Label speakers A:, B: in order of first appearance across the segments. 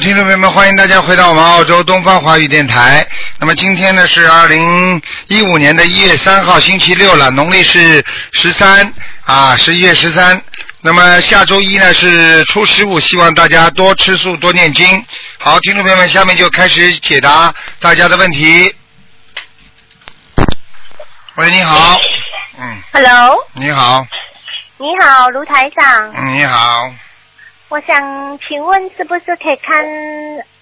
A: 听众朋友们，欢迎大家回到我们澳洲东方华语电台。那么今天呢是二零一五年的一月三号，星期六了，农历是十三啊，十一月十三。那么下周一呢是初十五，希望大家多吃素，多念经。好，听众朋友们，下面就开始解答大家的问题。喂，你好，嗯，
B: Hello，
A: 你好，
B: 你好，卢台长，
A: 嗯，你好，
B: 我想请问是不是可以看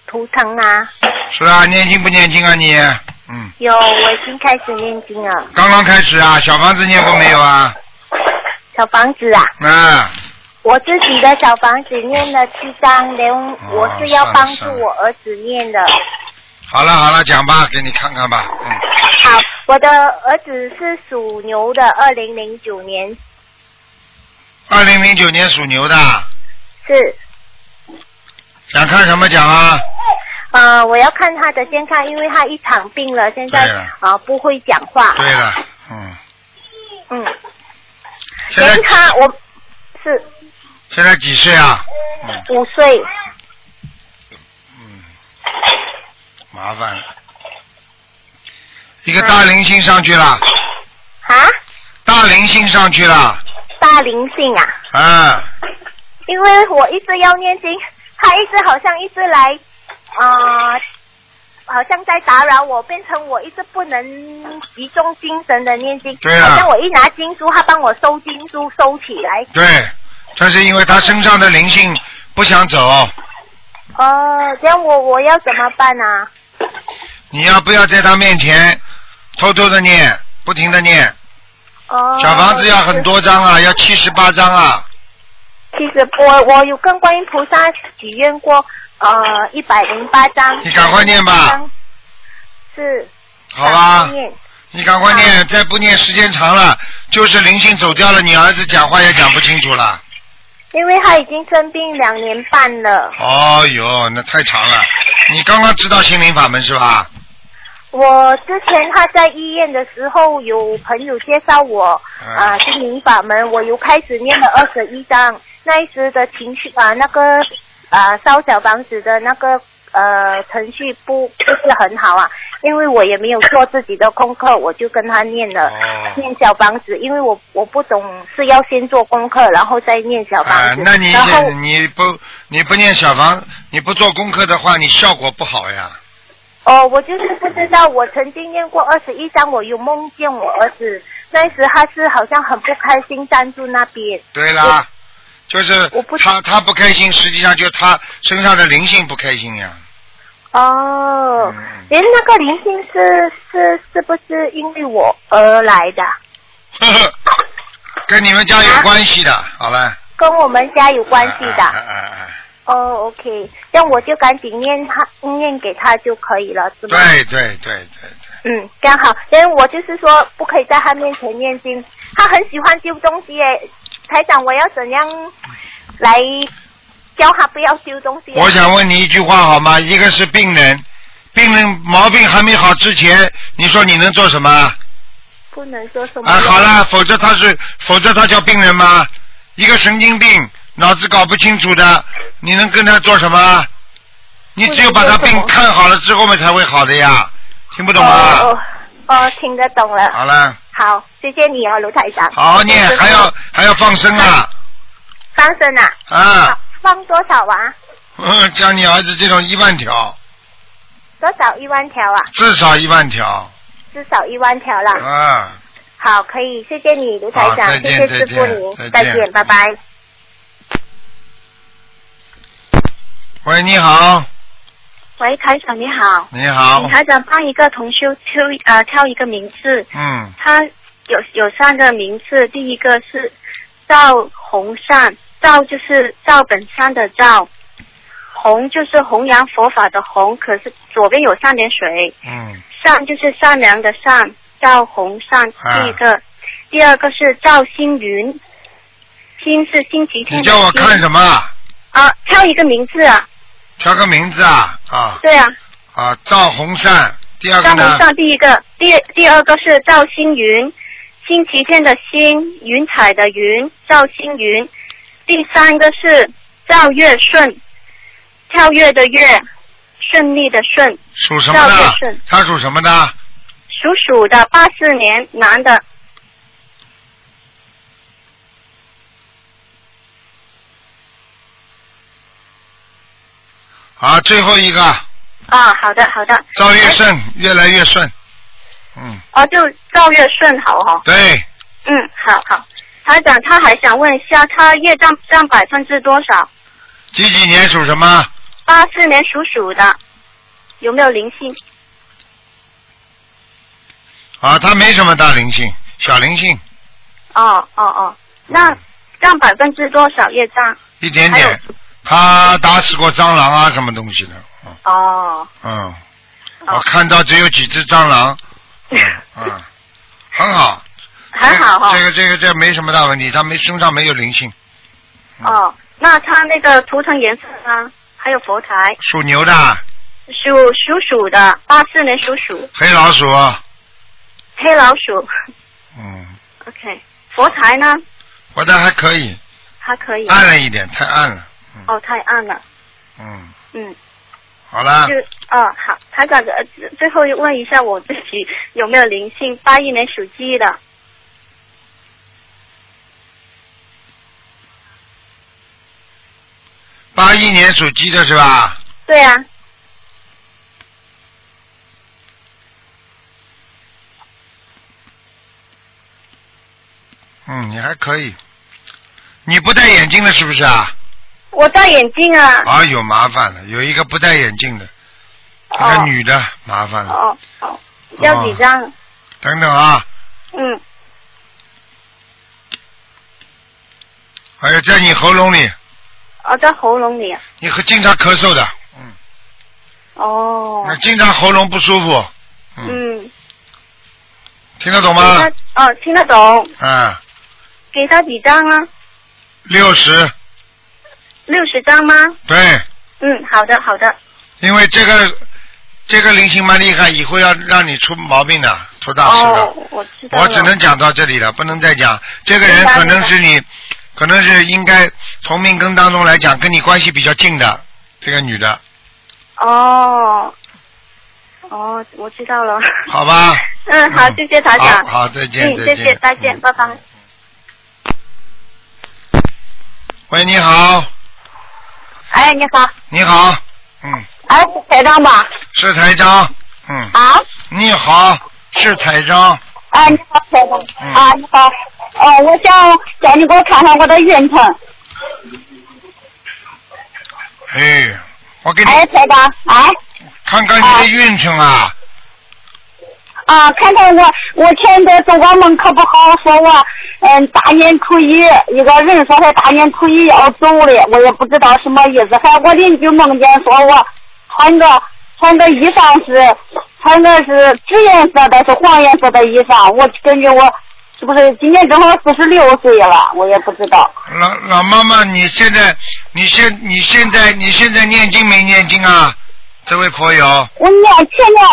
B: 图腾啊？
A: 是啊，念经不念经啊你？嗯，
B: 有，我已经开始念经了。
A: 刚刚开始啊，小房子念过没有啊？
B: 小房子啊，
A: 啊，
B: 我自己的小房子念了七张，连
A: 啊
B: 我是要帮助
A: 算了
B: 我儿子念的。
A: 好了好了，讲吧，给你看看吧，嗯，
B: 好，我的儿子是属牛的，二零零九年
A: 二零零九年属牛的，
B: 是。
A: 想看什么讲啊？
B: 呃，我要看他的健康，因为他一场病了，现在
A: 对了
B: 啊、呃不会讲话。
A: 对了，嗯，
B: 嗯，
A: 现在
B: 连他我是
A: 现在几岁啊？嗯
B: 五岁。
A: 嗯，麻烦了，一个大灵性上去了，
B: 啊，
A: 大灵性上去了，
B: 大灵性啊，
A: 啊，
B: 因为我一直要念经，他一直好像一直来，呃，好像在打扰我，变成我一直不能集中精神的念经。
A: 对啊
B: 好像我一拿经书，他帮我收经书收起来。
A: 对，这是因为他身上的灵性不想走，
B: 哦、这样我我要怎么办啊？
A: 你要不要在他面前偷偷的念，不停的念？
B: 哦、
A: 小房子要很。多张啊，要七十八张啊。
B: 其实我我有跟观音菩萨许愿过，呃，一百零八章。
A: 你赶快念吧。
B: 是。
A: 好吧
B: 赶快，念
A: 你赶快念，再不念时间长了，就是灵性走掉了，你儿子讲话也讲不清楚了。
B: 因为他已经生病两年半了，
A: 哦哟，那太长了。你刚刚知道心灵法门是吧？
B: 我之前他在医院的时候，有朋友介绍我
A: 嗯
B: 啊心灵法门，我又开始念了二十一章。那一时的情绪啊，那个啊烧小房子的那个呃程序不不是很好啊，因为我也没有做自己的功课，我就跟他念了、
A: 哦
B: 念小房子，因为我我不懂是要先做功课，然后再念小房
A: 啊、
B: 子，
A: 那你
B: 然后
A: 你不你不念小房，你不做功课的话，你效果不好呀。
B: 哦，我就是不知道，我曾经念过二十一章，我有梦见我儿子，那时他是好像很不开心，站住那边。
A: 对啦，就是
B: 我不
A: 他他不开心，实际上就他身上的灵性不开心呀。
B: 哦
A: 嗯，
B: 连那个灵性是是是不是因为我而来的？
A: 呵呵，跟你们家有关系的。好了。
B: 跟我们家有啊关系
A: 啊啊
B: 的。
A: 啊啊啊
B: 哦，OK，这样我就赶紧念他念给他就可以了，是吗？
A: 对对对对对，
B: 嗯，刚好，因为我就是说不可以在他面前念经，他很喜欢丢东西耶。台长，我要怎样来教他不要丢东西？啊
A: 我想问你一句话好吗？一个是病人，病人毛病还没好之前，你说你能做什么？啊，
B: 不能说什么。
A: 好。了，否则他是，否则他叫病人吗？一个神经病，脑子搞不清楚的，你能跟他做什么？你只有把他病看好了之后嘛，才会好的呀，听不懂
B: 哦
A: 啊？
B: 哦哦，听得懂了。
A: 好了，
B: 好，谢谢你哦，卢台长。
A: 好好念
B: 谢谢，
A: 还要还要放生啊
B: 放生啊？
A: 啊
B: 好！放多少啊？
A: 嗯像你儿子这种一万条，
B: 多少一万条啊？
A: 至少一万条
B: 至少一万条啦。
A: 啊。
B: 好，可以，谢谢你，卢台
A: 好
B: 长
A: 再，
B: 谢
A: 见
B: 谢师傅
A: 再见
B: 您，
A: 再
B: 再
A: 见
B: 见，拜拜。
A: 喂，你好，
C: 喂，台长你好，
A: 你好
C: 请，台长帮一个同修挑呃挑一个名字，
A: 嗯，
C: 他有有三个名字，第一个是赵红善，赵就是赵本山的赵，弘就是弘扬佛法的弘，可是左边有三点水，
A: 嗯，
C: 善就是善良的善，赵红善
A: 啊
C: 第一个，第二个是赵星云，星是星期
A: 你
C: 天的
A: 叫我
C: 星
A: 看什么啊？
C: 啊，挑一个名字啊，
A: 挑个名字啊，啊
C: 对啊，
A: 啊，赵红善，第二个
C: 张
A: 呢
C: 红？上第一个，第第二个是赵星云，星期天的星，云彩的云，赵星云。第三个是赵月顺，跳跃的跃，顺利的顺，
A: 属什么
C: 赵月
A: 的
C: 顺？
A: 他属什么的？
C: 属鼠的八四年男的，
A: 啊，最后一个
C: 啊，好的好的，
A: 赵月顺越来越顺，嗯，
C: 哦、就赵月顺好哈、
A: 对，
C: 嗯，好好，台长他还想问一下，他业障占百分之多少？
A: 几几年属什么？
C: 八四年属鼠的，有没有灵性？
A: 啊，他没什么大灵性，小灵性
C: 哦哦哦，那占百分之多少业障？
A: 一点
C: 还
A: 点
C: 有。
A: 他打死过蟑螂啊，什么东西的？嗯
C: 哦，
A: 嗯，
C: 哦
A: 我看到只有几只蟑 螂。嗯，嗯很好。
C: 很好哈、
A: 这个这个这个没什么大问题，他没身上没有灵性，嗯
C: 哦，那他那个图腾颜色呢？还有佛台，
A: 属牛的
C: 属属鼠的，八四年属鼠，
A: 黑老鼠。
C: 黑老鼠。
A: 嗯，
C: OK，佛台呢
A: 我的还可以，
C: 还可以。
A: 暗了一点，太暗了。
C: 哦，太暗了。
A: 嗯，
C: 嗯，
A: 好啦
C: 就，哦好，台长呃最后问一下我自己有没有灵性？八一年属鸡的，
A: 八一年属鸡的是吧？
C: 对啊，
A: 嗯，你还可以。你不戴眼镜的是不是啊？
C: 我戴眼镜啊。
A: 啊，有麻烦了，有一个不戴眼镜的，这个
C: 哦
A: 女的麻烦了。
C: 哦哦，要几张？
A: 等等啊，
C: 嗯，
A: 哎呀，在你喉咙里，
C: 哦，在喉咙里啊。
A: 你和经常咳嗽的，
C: 哦
A: 那，经常喉咙不舒服，嗯，
C: 嗯，
A: 听得懂
C: 给
A: 吗
C: 他？哦，听得懂，
A: 啊，
C: 给他几张啊？
A: 六十，
C: 六十张吗？
A: 对，
C: 嗯，好的好的，
A: 因为这个这个灵性蛮厉害，以后要让你出毛病的，出大事的。
C: 哦，我知道了。
A: 我只能讲到这里了，不能再讲。这个人
C: 明白
A: 可能是你，可能是应该从命根当中来讲，跟你关系比较近的这个女的，
C: 哦，哦，我知 道了。
A: 好吧？
C: 嗯，好，谢谢台长。
A: 好好，再见，
C: 嗯，谢谢，再见，
A: 嗯
C: 拜拜。
A: 嗯喂，你好，
D: 哎，你好，
A: 你好，嗯，
D: 哎，是台长吧？
A: 是台长，嗯，
D: 啊，
A: 你好，是台长，
D: 哎，你好，台长。
A: 嗯
D: 啊，你好，哦，我想叫你给我看看我的运程。
A: 哎，我给你
D: 哎，台长，哎，
A: 看看你的运程啊，
D: 啊，看看我，我前一段做个梦可不好，说我，嗯，大年初一，一个人说他大年初一要走的，我也不知道什么意思。还有我邻居梦见说我穿个穿个衣裳是穿的是紫颜色的，是黄颜色的衣裳。我根据我是不是今年正好四十六岁了，我也不知道。
A: 老老妈妈，你现在，你现你现在你现在念经没念经啊？这位佛友，
D: 我念去年，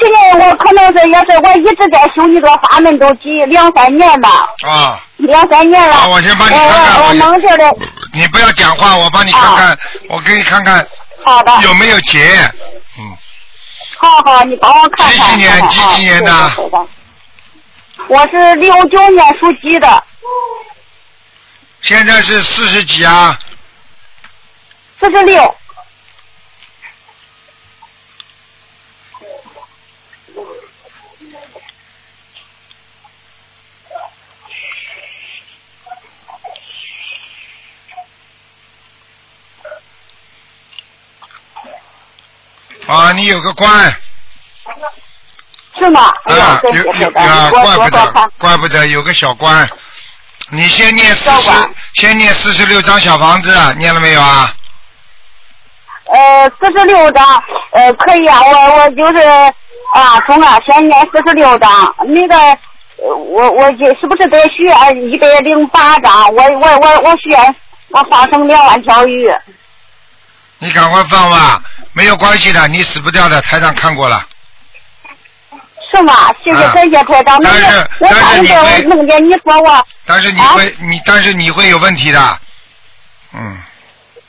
D: 去年我可能是也是我一直在修你这个法门，都几两三年吧，
A: 啊，
D: 两三年了。
A: 好我先帮你
D: 我
A: 看看
D: 我
A: 我
D: 我能这的，
A: 你不要讲话，我帮你看看，我给你看看
D: 啊好的，
A: 有没有结，嗯，
D: 好好，你帮我看看。
A: 几几年
D: 看看啊
A: 几几年的
D: 对对对我是六九年属鸡的，
A: 现在是四十几啊，
D: 四十六。
A: 啊，你有个官，
D: 是吗？哎呀
A: 啊，，
D: 真是
A: 有有
D: 的，
A: 啊，
D: 你给我
A: 怪
D: 多
A: 不
D: 多看
A: 得，怪不得有个小官，你先念四
D: 小
A: 十
D: 官，
A: 先念四十六张小房子，念了没有啊？
D: 呃，四十六张，呃，可以啊，我我就是啊，中啊，先念四十六张，那个呃我我就是不是得许愿一百零八张？我我我我许愿我放生两万条鱼。
A: 你赶快放吧，没有关系的，你死不掉的，台长看过了。
D: 是吗？谢谢
A: 啊
D: 感谢台长。那
A: 但是
D: 个我
A: 但是
D: 上一
A: 你
D: 阵
A: 会
D: 我梦见你说我啊
A: 但是你会，你但是你会有问题的，嗯，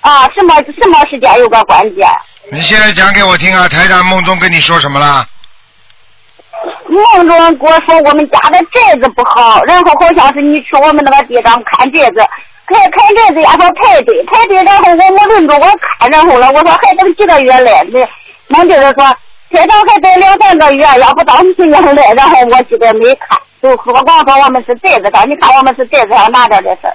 D: 啊、啊，什么什么时间有个关节？
A: 你现在讲给我听啊，台长梦中跟你说什么啦？
D: 梦中跟我说我们家的寨子不好，然后好像是你去我们那个地方看寨子，看看寨子也说排队排队，然后我我轮着我看，然后了我说还等几个月嘞，那农就是说再等还等两三个月，要不到明年来，然后我记得没看，就说光说我们是寨子上，你看我们是寨子上拿着的事儿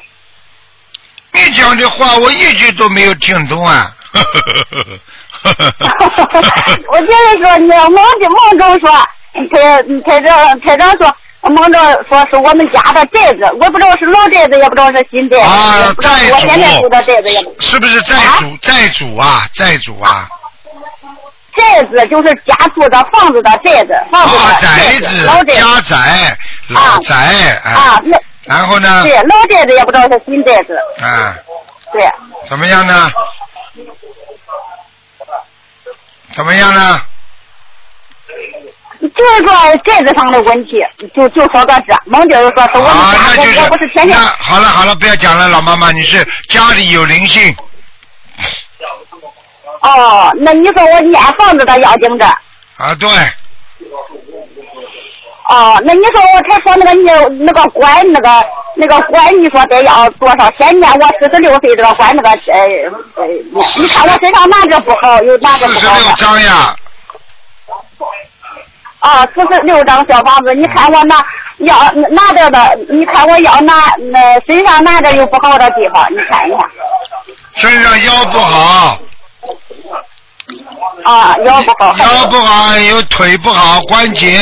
A: 你讲的话我一句都没有听懂啊！
D: 我就是说，你梦中梦中说，台台长台长说，梦中说是我们家的寨子，我不知道是老寨子，也不知道是新寨子，
A: 啊
D: 也不知道
A: 寨主
D: 我现在住的寨子也不
A: 是不是债主？债主啊，债主啊！
D: 寨子就是家住的房子的寨子，房子
A: 啊
D: 的，寨
A: 宅
D: 子，
A: 子
D: 老、寨
A: 家
D: 子
A: 宅、老宅，哎、啊
D: 啊，那
A: 然后呢？
D: 对老寨子也不知道是新寨子，
A: 啊，
D: 对，
A: 怎么样呢？怎么样呢？
D: 就是说寨子上的问题，就就说到这，梦就是说是我们
A: 啊，那
D: 家，
A: 就是
D: 我我不是天天
A: 那好了好了，不要讲了，老妈妈，你是家里有灵性，
D: 哦，那你说我念房子的妖精这。
A: 啊，对，
D: 哦，那你说我才说那个你那个官那个那个官，你说得要多少钱呢？我四十六岁这个官那个呃呃，你看我身上拿着不好，有拿着
A: 四
D: 不
A: 十
D: 好
A: 六
D: 的。
A: 张呀，
D: 啊，四十六张小房子，你看我拿要拿着的，你看我要拿那身上拿着有不好的地方，你看一下。
A: 身上腰不好，
D: 啊，腰不好。还有
A: 腰不好，有腿不好，关节，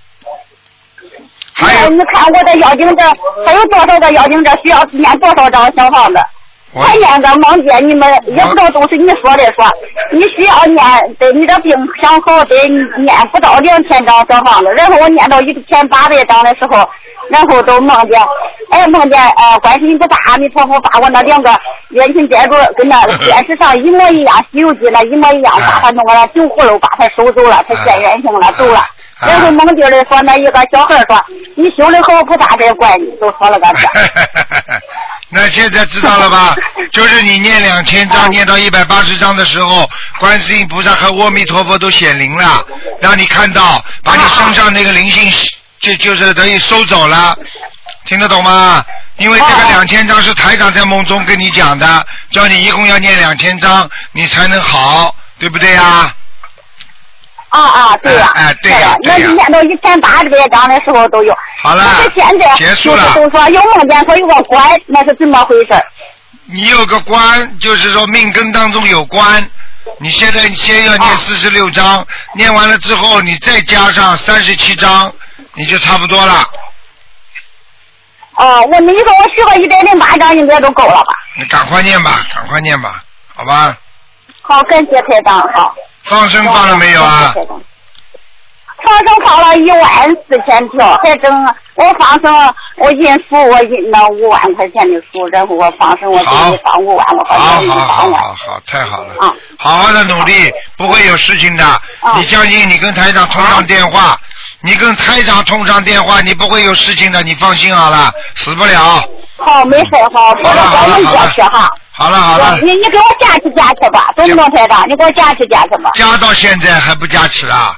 A: 还
D: 哎
A: 有
D: 你看我的妖精这还有多少个妖精这需要念多少张小房子？
A: 我
D: 还念个梦姐，你们也不知道都是你说的说，你需要念，对你的病想好得念不到两千张小房子，然后我念到一千八百张的时候，然后都梦见，哎梦见呃观世音菩萨、阿弥陀佛把我那两个呃冤亲债主跟那呃电视上一模一样《西游记》那一模一样，把他弄个那酒葫芦把他收走了，他现原形了，走了。
A: 啊
D: 然后蒙地儿说哎那一个小孩说，你修的好，菩萨真怪你，都说了个这。
A: 那现在知道了 吧？就是你念两千
D: 啊
A: 章，念到一百八十章的时候，观世音菩萨和阿弥陀佛都显灵了，让你看到，把你身上那个灵
D: 啊
A: 性就就是等于收走了，听得懂吗？因为这个
D: 哦
A: 两千章是台长在梦中跟你讲的，叫你一共要念两千章，你才能好，对不对啊？
D: 啊啊，对呀、
A: 哎哎对呀
D: 呀、
A: 对呀
D: 那一念到一千八百张的时候都有。
A: 好了
D: 但是现在
A: 结束了
D: 就是都说有梦见说有个官，那是怎么回事儿？
A: 你有个关，就是说命根当中有关。你现在先要念
D: 啊
A: 四十六章，念完了之后，你再加上三十七章，你就差不多了。
D: 哦，我你说我许个一百零八张应该都够了吧？
A: 你赶快念吧，赶快念吧，好吧？
D: 好，感谢台长，好。
A: 放生放了没有啊
D: 感谢？台长放生放了一万四千条，还整我放生，我印书我印了五万块钱的书，然后我放生我
A: 好
D: 自己放五万，我
A: 好
D: 好
A: 好
D: 像一
A: 好
D: 放万。
A: 好哦好，太好了
D: 啊，
A: 好好的努力，不会有事情的。
D: 哦
A: 你相信你跟台长通上电话，你跟台长通上电话，你不会有事情的，你放心好了，死不了。
D: 好，没事好，我
A: 好了好
D: 到
A: 了
D: 咱们
A: 好
D: 家
A: 了
D: 去哈。
A: 好了好了。
D: 你你给我加去加去吧，不弄台长，你给我加去加去吧。
A: 加到现在还不加持啊？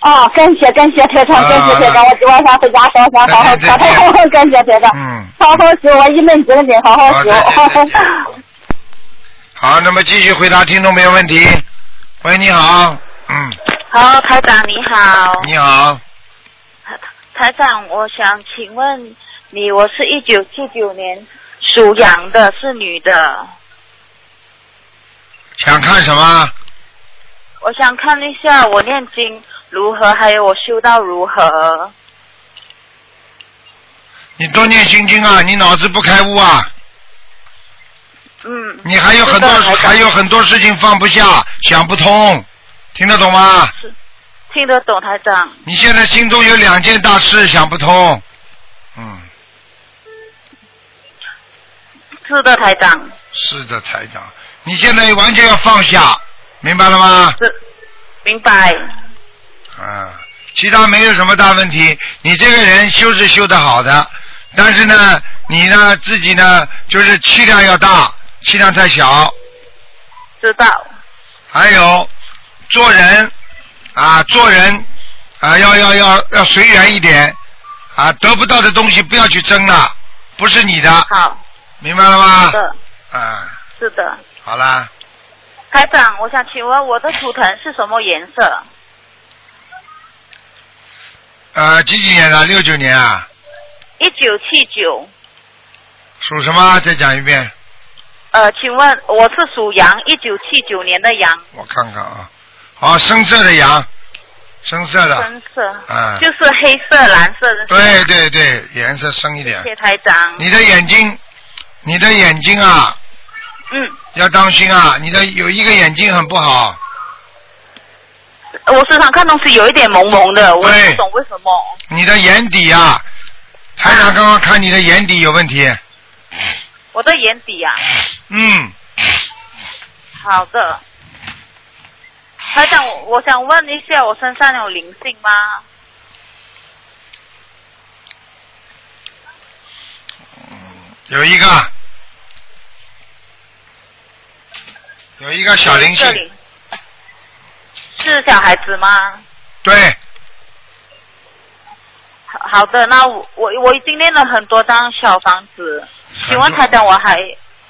D: 啊，感谢感谢台长，
A: 啊
D: 感谢台长，我今晚上回家烧香，好
A: 再
D: 好
A: 见再
D: 磕
A: 见
D: 头，感谢台长，
A: 嗯
D: 好好修，我一门精进，好好
A: 好
D: 修
A: 再见再见。好，那么继续回答听众朋友问题。喂，你好，嗯，
E: 好，台长你好，
A: 你好，
E: 台台长，我想请问你，我是一九七九年属羊的，是女的，
A: 想看什么？
E: 我想看一下我念经如何，还有我修道如何。
A: 你多念心经啊，你脑子不开悟啊，
E: 嗯，
A: 你还有很多
E: 是的台长
A: 还有很多事情放不下，想不通，听得懂吗？
E: 听得懂台长？
A: 你现在心中有两件大事想不通，嗯，
E: 是的，台长，
A: 是的，台长，你现在完全要放下，明白了吗？
E: 是明白。
A: 啊，其他没有什么大问题。你这个人修是修得好的，但是呢，你呢自己呢，就是气量要大，气量太小。
E: 知道，
A: 还有做人啊，做人啊，要要要要随缘一点啊，得不到的东西不要去争了，不是你的，
E: 好，
A: 明白了
E: 是
A: 吗？
E: 的，
A: 啊，
E: 是的。
A: 好啦，
E: 台长，我想请问我的图腾是什么颜色？
A: 呃，几几年的？六九年啊，
E: 一九七九。
A: 属什么？再讲一遍，
E: 呃，请问我是属羊，一九七九年的羊，
A: 我看看啊。好，深色的羊，深色的，
E: 深色，
A: 嗯
E: 就是黑色、蓝色的。
A: 对对对，颜色深一点
E: 谢。谢台长。
A: 你的眼睛，你的眼睛啊，
E: 嗯，
A: 要当心啊！你的有一个眼睛很不好，
E: 我时常看东西有一点蒙蒙的，呃我也
A: 对
E: 不懂为什么。
A: 你的眼底啊，台长刚刚看你的眼底有问题。
E: 我的眼底啊，
A: 嗯，
E: 好的。台长，我我想问一下，我身上有灵性吗？
A: 有一个，有一个小灵
E: 这
A: 性，
E: 里是小孩子吗？
A: 对，
E: 好好的，那我我我已经念了很多张小房子，请问台长，我还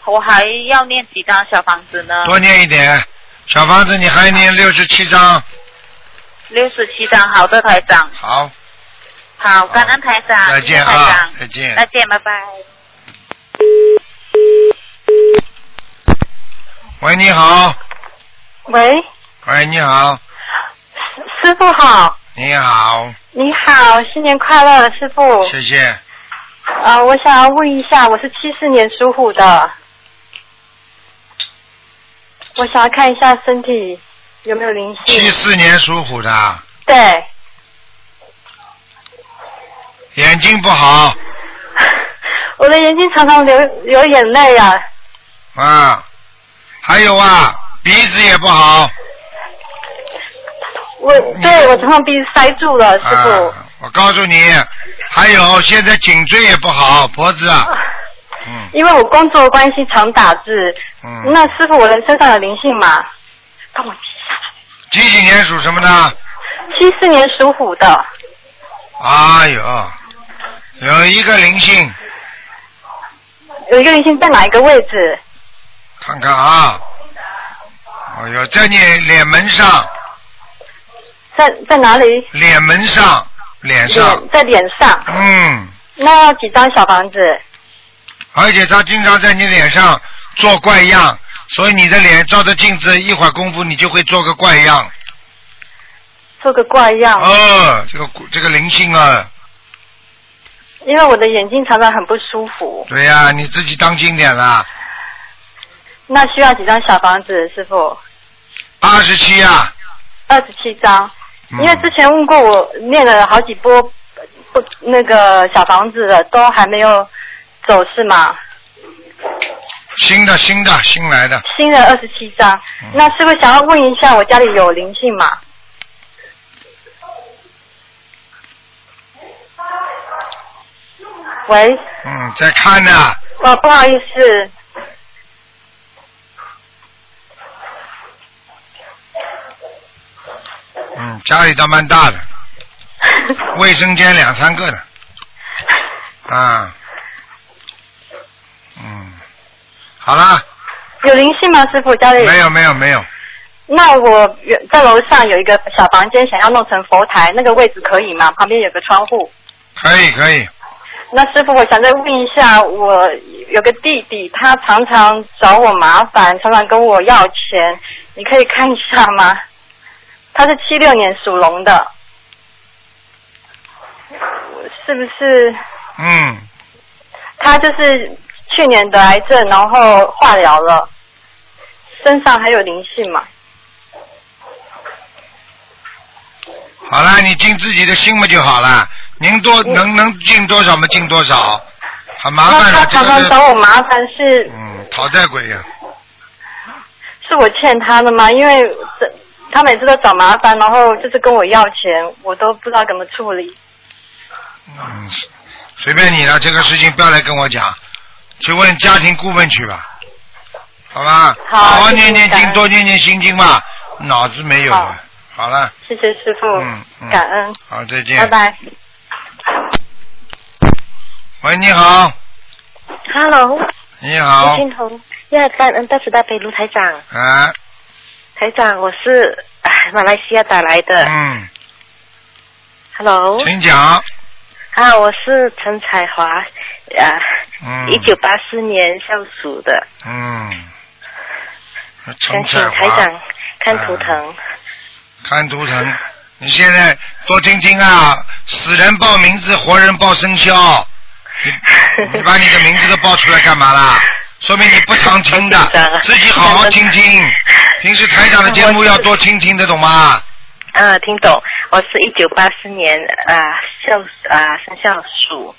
E: 我还要念几张小房子呢？
A: 多念一点。小房子，你还念六十七章，
E: 六十七张，好的，台长，
A: 好，
E: 好，感恩台长，
A: 再见
E: 谢谢台
A: 啊
E: 长，
A: 再见
E: 再。见，拜拜。
A: 喂，你好，
F: 喂，
A: 喂，你好，
F: 师傅好，
A: 你好，
F: 你好，新年快乐，师傅。
A: 谢谢。
F: 啊、我想问一下，我是七四年属虎的，我想要看一下身体有没有灵
A: 七
F: 性。
A: 四年属虎的，
F: 对，
A: 眼睛不好
F: 我的眼睛常常流流眼泪啊，
A: 啊，还有啊，鼻子也不好。
F: 我对我常常鼻子塞住了，师傅。
A: 嗯啊，我告诉你，还有现在颈椎也不好，脖子啊，嗯
F: 因为我工作的关系常打字，
A: 嗯。
F: 那师傅我的身上有灵性吗？帮我记一下。
A: 几几年属什么的？
F: 七四年属虎的，
A: 哎呦，有一个灵性，
F: 有一个灵性在哪一个位置？
A: 看看啊，哎呦，在你脸门上，
F: 在在哪里？
A: 脸门上，脸上，
F: 脸在脸上。
A: 嗯，
F: 那要几张小房子？
A: 而且他经常在你脸上做怪样，所以你的脸照着镜子，一会儿功夫你就会做个怪样。
F: 做个怪样，
A: 哦，这个这个灵性啊，
F: 因为我的眼睛常常很不舒服。
A: 对呀、你自己当心点啦。
F: 那需要几张小房子，师傅？
A: 二十七啊，
F: 二十七张。
A: 嗯
F: 因为之前问过我，念了好几波不那个小房子了，都还没有走是吗？
A: 新的新的新来的，
F: 新的二十七张。
A: 嗯
F: 那师傅想要问一下，我家里有灵性吗？喂，
A: 嗯，在看呢、
F: 哦，不好意思，
A: 嗯，家里倒蛮大 的，卫生间两三个的，啊，嗯，好啦，
F: 有灵性吗？师傅家里
A: 没有没有没有，
F: 那我原在楼上有一个小房间，想要弄成佛台，那个位置可以吗？旁边有个窗户。
A: 可以可以，
F: 那师傅，我想再问一下，我有个弟弟，他常常找我麻烦，常常跟我要钱，你可以看一下吗？他是七六年属龙的，是不是？
A: 嗯，
F: 他就是去年得癌症，然后化疗了，身上还有灵性嘛？
A: 好啦，你尽自己的心嘛就好啦，您多
F: 嗯
A: 能能尽多少嘛尽多少，很麻
F: 那
A: 烦
F: 他
A: 了，这
F: 常常
A: 个是，
F: 找我麻烦是
A: 嗯，讨债鬼呀、
F: 是我欠他的吗？因为这他每次都找麻烦，然后就是跟我要钱，我都不知道怎么处理。
A: 嗯，随便你了，这个事情不要来跟我讲，去问家庭顾问去吧，好吧？
C: 好
A: 好念念
C: 谢谢感
A: 经，
C: 恩
A: 多念念心经吧，脑子没有了
C: 好。
A: 好了，
C: 谢谢师傅，
A: 嗯嗯
C: 感恩，
A: 好，再见。
C: 拜。拜。
A: 喂，你好，
G: Hello，
A: 你
G: 吴
A: 好，
G: 金彤，要感恩嗯大慈大悲卢台长，
A: 啊，
G: 台长，我是唉马来西亚打来的。
A: 嗯，
G: Hello，
A: 请讲，
G: 啊，我是陈彩华，啊，
A: 嗯，
G: 一九八四年属鼠的，
A: 嗯，
G: 想
A: 陈
G: 请
A: 彩
G: 台
A: 华，
G: 长看图腾。
A: 看图腾，你现在多听听啊，死人报名字，活人报生肖，你把你的名字都报出来干嘛啦？说明你不常听
G: 我紧张
A: 的
G: 啊，
A: 自己好好听听。平时台长的节目要多听听的，懂吗？嗯
G: 啊，听懂，我是一九八四年啊，肖啊生肖鼠，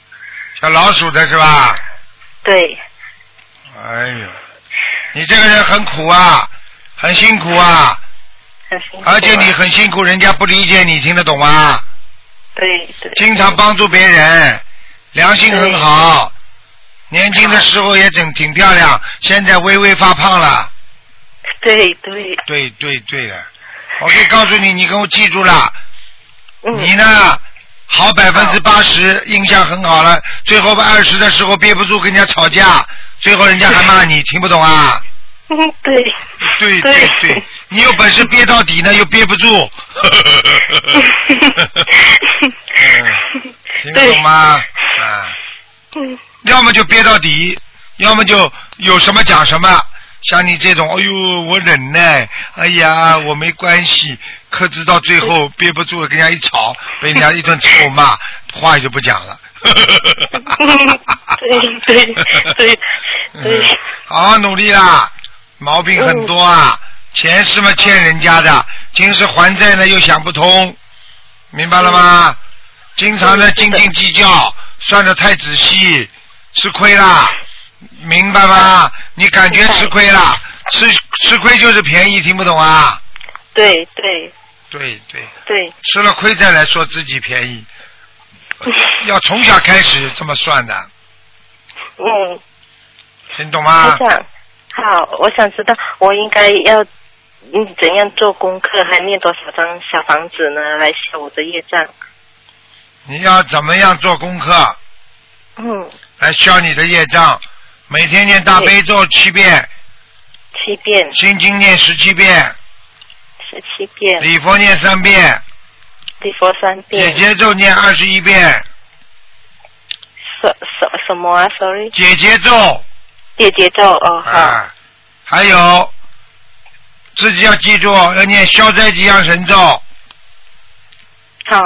A: 小老鼠的是吧？
G: 对，
A: 哎呦，你这个人很苦啊，很辛苦啊，
G: 很辛苦啊。
A: 而且你很辛苦，人家不理解你，听得懂吗？
G: 对对
A: 经常帮助别人，良心很好，年轻的时候也挺挺漂亮，现在微微发胖了。
G: 对对，
A: 对对对了，我可以告诉你，你给我记住了，
G: 嗯，
A: 你呢，好百分之八十，印象很好了，最后二十的时候憋不住跟人家吵架，最后人家还骂你，听不懂啊？
G: 嗯 对，
A: 对
G: 对
A: 对对，你有本事憋到底呢，又憋不 住。 嗯听得懂吗？啊，
G: 嗯
A: 要么就憋到底，要么就有什么讲什么。像你这种，哎呦，我忍耐，哎呀，我没关系，克制到最后憋不住了，跟人家一吵，被人家一顿臭 骂，话也就不讲了。
G: 对对对对
A: 嗯好好努力啦，毛病很多啊，
G: 嗯
A: 前世嘛欠人家的，今世还债呢又想不通，明白了吗？
G: 嗯
A: 经常的斤斤计较，算得太仔细，吃亏啦，明白吗？你感觉吃亏啦，吃吃亏就是便宜，听不懂啊？
G: 对对
A: 对对，
G: 对，
A: 吃了亏再来说自己便 宜，要从小开始这么算的，
G: 嗯。
A: 听懂
G: 台
A: 吗？
G: 长，好，我想知道我应该要嗯怎样做功课，还念多少张小房子呢？来消我的业障。
A: 你要怎么样做功课？
G: 嗯，
A: 来消你的业障。每天念大悲咒七遍，
G: 七遍，
A: 心经念十七遍，
G: 十七遍，
A: 礼佛念三遍，
G: 礼佛三
A: 姐
G: 遍，
A: 姐咒念二十一遍，
G: 什什什么啊？Sorry，
A: 姐姐咒
G: 姐姐咒哦，好，
A: 啊，还有自己要记住要念消灾吉祥神咒。
G: 好，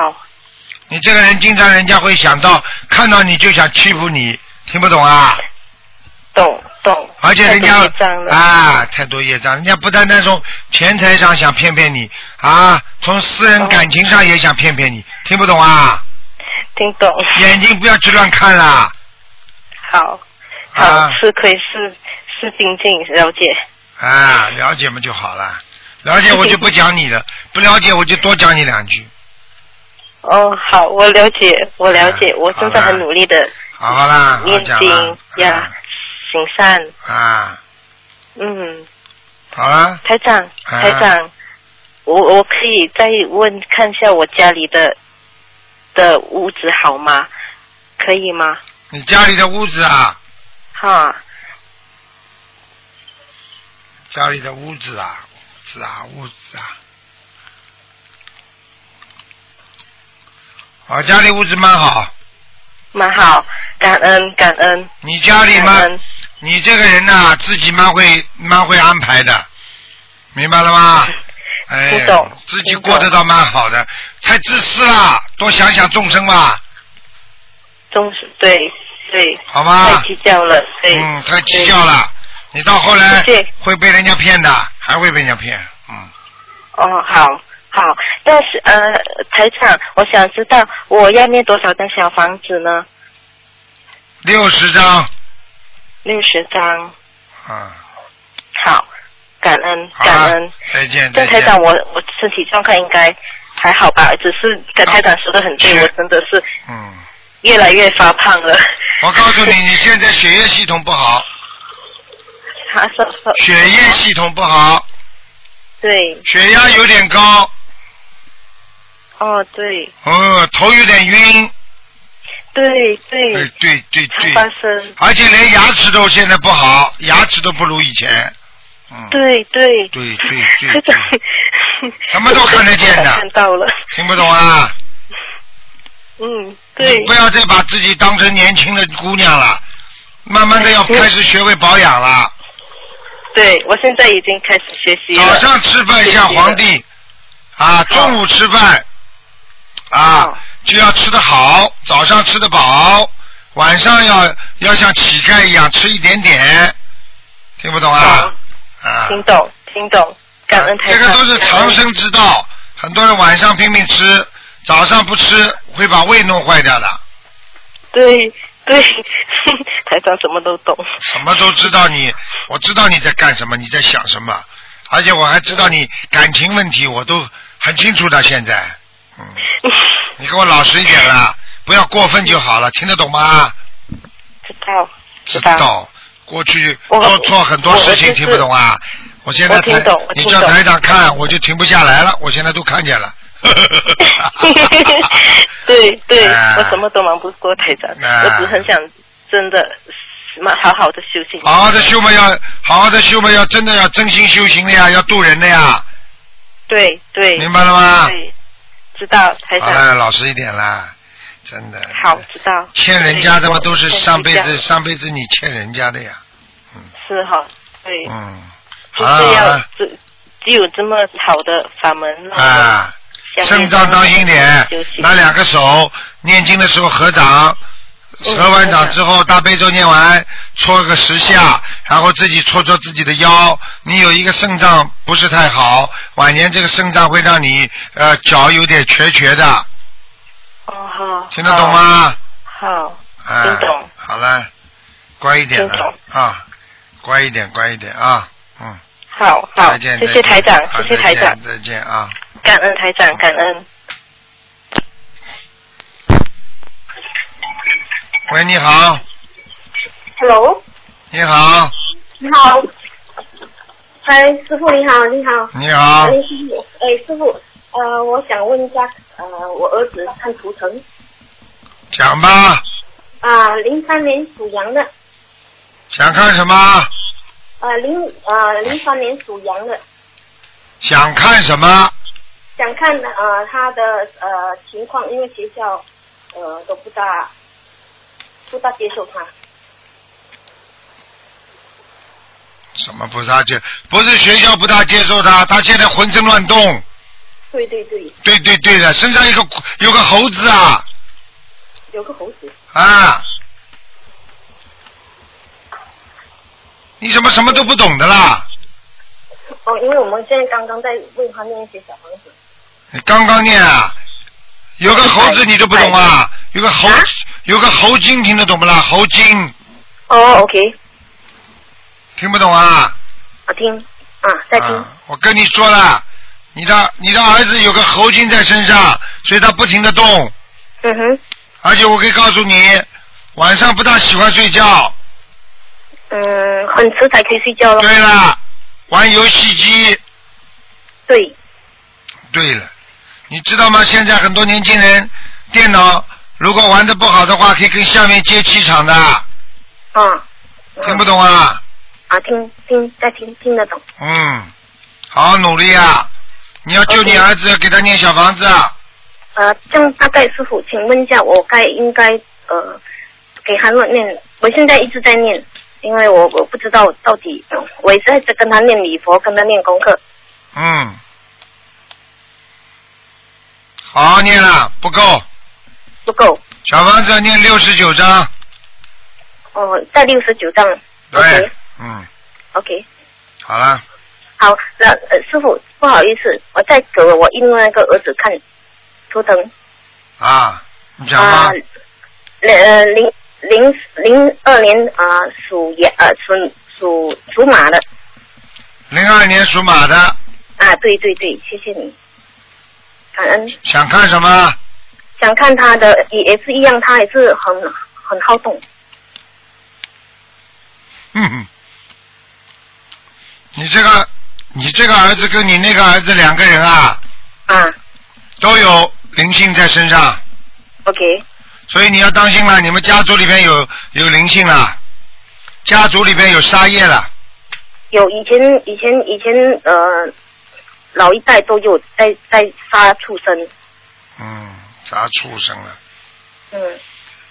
A: 你这个人经常人家会想到看到你就想欺负你，听不懂啊？
G: 懂懂。
A: 而且人家
G: 太多业障了
A: 啊，太多业障，人家不单单从钱财上想骗骗你啊，从私人感情上也想骗骗你，听不懂啊？
G: 听懂，
A: 眼睛不要去乱看啦，
G: 好，好，
A: 啊
G: 吃亏是是精进，了解，
A: 啊，了解嘛就好了。了解我就不讲你了，不了解我就多讲你两句，
G: 哦，好，我了解，我了解，
A: 啊
G: 我真的
A: 好了
G: 很努力的
A: 好好啦，啊好
G: 念
A: 讲
G: 经
A: 啦，
G: 呀，行善，
A: 啊啊，
G: 嗯。
A: 好了，
G: 台长，
A: 啊
G: 台长，我我可以再问看一下我家里的的屋子好吗？可以吗？
A: 你家里的屋子啊，
G: 哈，
A: 家里的屋子啊，屋子啊，屋子啊，我家里屋子蛮好，
G: 蛮好，感恩感恩
A: 你家里
G: 感
A: 嘛，
G: 恩，
A: 你这个人呐、自己蛮会蛮会安排的，明白了吗？哎
G: 听懂，
A: 自己
G: 听懂
A: 过得倒蛮好的，太自私了，多想想众生吧，
G: 中对对，
A: 好
G: 太
A: 吗？
G: 计较了，对，
A: 嗯，太计较了，你到后来
G: 谢谢
A: 会被人家骗的，还会被人家骗，嗯，
G: 对。哦，好。好，但是呃，台长，我想知道我要念多少张小房子呢？
A: 六十张，
G: 六十张。
A: 嗯，
G: 好，感恩
A: 好
G: 感
A: 了
G: 恩。，
A: 再见，再
G: 郑台
A: 见。
G: 长，我我身体状况应该还好吧，只是跟台长说的很对，
A: 是
G: 我真的是
A: 嗯，
G: 越来越发胖了。
A: 我告诉你，你现在血液系统不好，
G: 他说说
A: 血液系统不好，
G: 对，
A: 血压有点高，
G: 哦对
A: 哦，头有点晕，
G: 对
A: 哎
G: 对，，
A: 对对
G: 上
A: 对，
G: 半身，
A: 而且连牙齿都现在不好，牙齿都不如以前。嗯，
G: 对对
A: 对对 对
G: 科长
A: 对， 什么都看得见的
G: 看到了，
A: 听不懂啊？
G: 嗯，对
A: 你不要再把自己当成年轻的姑娘了，慢慢的要开始学会保养了。
G: 对，我现在已经开始学习
A: 早
G: 了。
A: 上吃饭像皇帝，
G: 哦
A: 啊，中午吃饭，啊
G: 好，
A: 就要吃得好，早上吃得饱，晚上要要像乞丐一样吃一点点，听不懂啊
G: 好？
A: 啊，
G: 哦听懂听懂，感恩台
A: 这
G: 长。
A: 个都是
G: 感
A: 长
G: 恩
A: 生之道，很多人晚上拼命吃，早上不吃会把胃弄坏掉的。
G: 对 对， 台长什么都懂。
A: 什么都知道你，我知道你在干什么，你在想什么，而且我还知道你感情问题，我都很清楚的。现在， 嗯，你给我老实一点啦，不要过分就好了，听得懂吗？
G: 知道
A: 知
G: 道。
A: 道，过去
G: 我
A: 做错很多事情
G: 我我就是
A: 听不懂啊。我现在
G: 我
A: 台
G: 听懂我，
A: 你
G: 听
A: 叫
G: 懂
A: 台长看，我就停不下来了。我现在都看见了。
G: 对对，
A: 哎
G: 我什么都忙不过台长，
A: 哎
G: 我只很想真的嘛好好的修行。
A: 好好的修嘛，要好好的修嘛，要真的要真心修行的呀，要渡人的呀，
G: 对对
A: 明白了吗？
G: 对，知道台
A: 好
G: 长。
A: 了，老实一点啦，真的。
G: 好，知道。
A: 欠人家的嘛，
G: 我
A: 都是上辈
G: 我
A: 子上辈子你欠人家的呀。
G: 是哈，对，
A: 嗯，好
G: 就
A: 了好
G: 是要
A: 了
G: 只只有这么好的法门让我
A: 啊，
G: 下面
A: 肾脏当心点
G: 休息，
A: 拿两个手念经的时候合掌，
G: 嗯
A: 合完掌
G: 合掌
A: 之后大悲咒念完，搓个十
G: 嗯
A: 下，然后自己搓搓自己的腰。你有一个肾脏不是太好，晚年这个肾脏会让你呃脚有点瘸瘸的，
G: 哦好，
A: 听得懂？
G: 哦
A: 吗？
G: 好，
A: 啊
G: 听懂。
A: 好了，乖一点
G: 听
A: 了
G: 懂
A: 啊，乖一点，乖一点啊，嗯。
G: 好好，
A: 再见，
G: 谢
A: 再
G: 谢
A: 见
G: 台长
A: 啊，
G: 谢谢台长，
A: 再见再见啊！
G: 感恩台长，感恩。
A: 喂，你好，
H: Hello，
A: 你好，
H: 你好。嗨，哎师傅你好，你好。
A: 你好
H: 哎，，师傅，哎，师傅，呃，我想问一下，呃，我儿子看图腾
A: 讲吧，
H: 啊，零、3三年属羊的，
A: 想看什么？
H: 呃，零呃零三年属羊的，
A: 想看什么？
H: 想看呃他的呃情况，因为学校呃都不大不大接受他，
A: 什么不大接？不是学校不大接受他，他现在浑身乱动。
H: 对对对，
A: 对对对的，身上有个有个猴子啊
H: 有个猴子，
A: 啊！你怎么什么都不懂的啦？
H: 哦，因为我们现在刚刚在为他念一些小房子，
A: 你刚刚念啊，有个猴子你都不懂
H: 哎
A: 啊？有个猴、有个猴精听得懂不啦？猴精
H: 哦，OK，
A: 听不懂啊？
H: 啊听啊在听，
A: 啊。我跟你说了，你的你的儿子有个猴精在身上，所以他不停的动，
H: 嗯哼，
A: 而且我可以告诉你，晚上不大喜欢睡觉。
H: 嗯，很迟才可以睡觉了。
A: 对了，玩游戏机。
H: 对，
A: 对了，你知道吗？现在很多年轻人电脑如果玩的不好的话，可以跟下面接气场的，
H: 啊，
A: 听不懂啊？
H: 啊，听听在听听得懂。
A: 嗯，好好努力啊！你要救你
H: OK
A: 儿子，给他念小房子啊。
H: 呃，这样大概师傅，请问一下，我该应该呃给他乱念？我现在一直在念，因为我我不知道到底，嗯我一直在跟他念礼佛，跟他念功课。
A: 嗯，好好念了，不够。
H: 不够，
A: 小房子要念六十九章，
H: 哦、在六十九章。
A: 对
H: OK
A: 嗯，
H: OK，
A: 好了，
H: 好，那、呃、师傅不好意思，我再给我另外一个儿子看哦嗯图腾
A: 啊，你讲吧
H: 啊，，零呃零零零二年啊、属羊呃属属属马的。
A: 零二年属马的，
H: 啊，对对对，谢谢你，感恩。
A: 想看什么？
H: 想看他的也是一样，他也是很很好动。
A: 嗯哼，你这个你这个儿子跟你那个儿子两个人啊，
H: 啊
A: 都有灵性在身上，
H: ，OK，
A: 所以你要当心了，你们家族里边有有灵性了，家族里边有杀业了。
H: 有以前以前以前呃，老一代都有在在杀畜生，
A: 嗯，杀畜生了。
H: 嗯，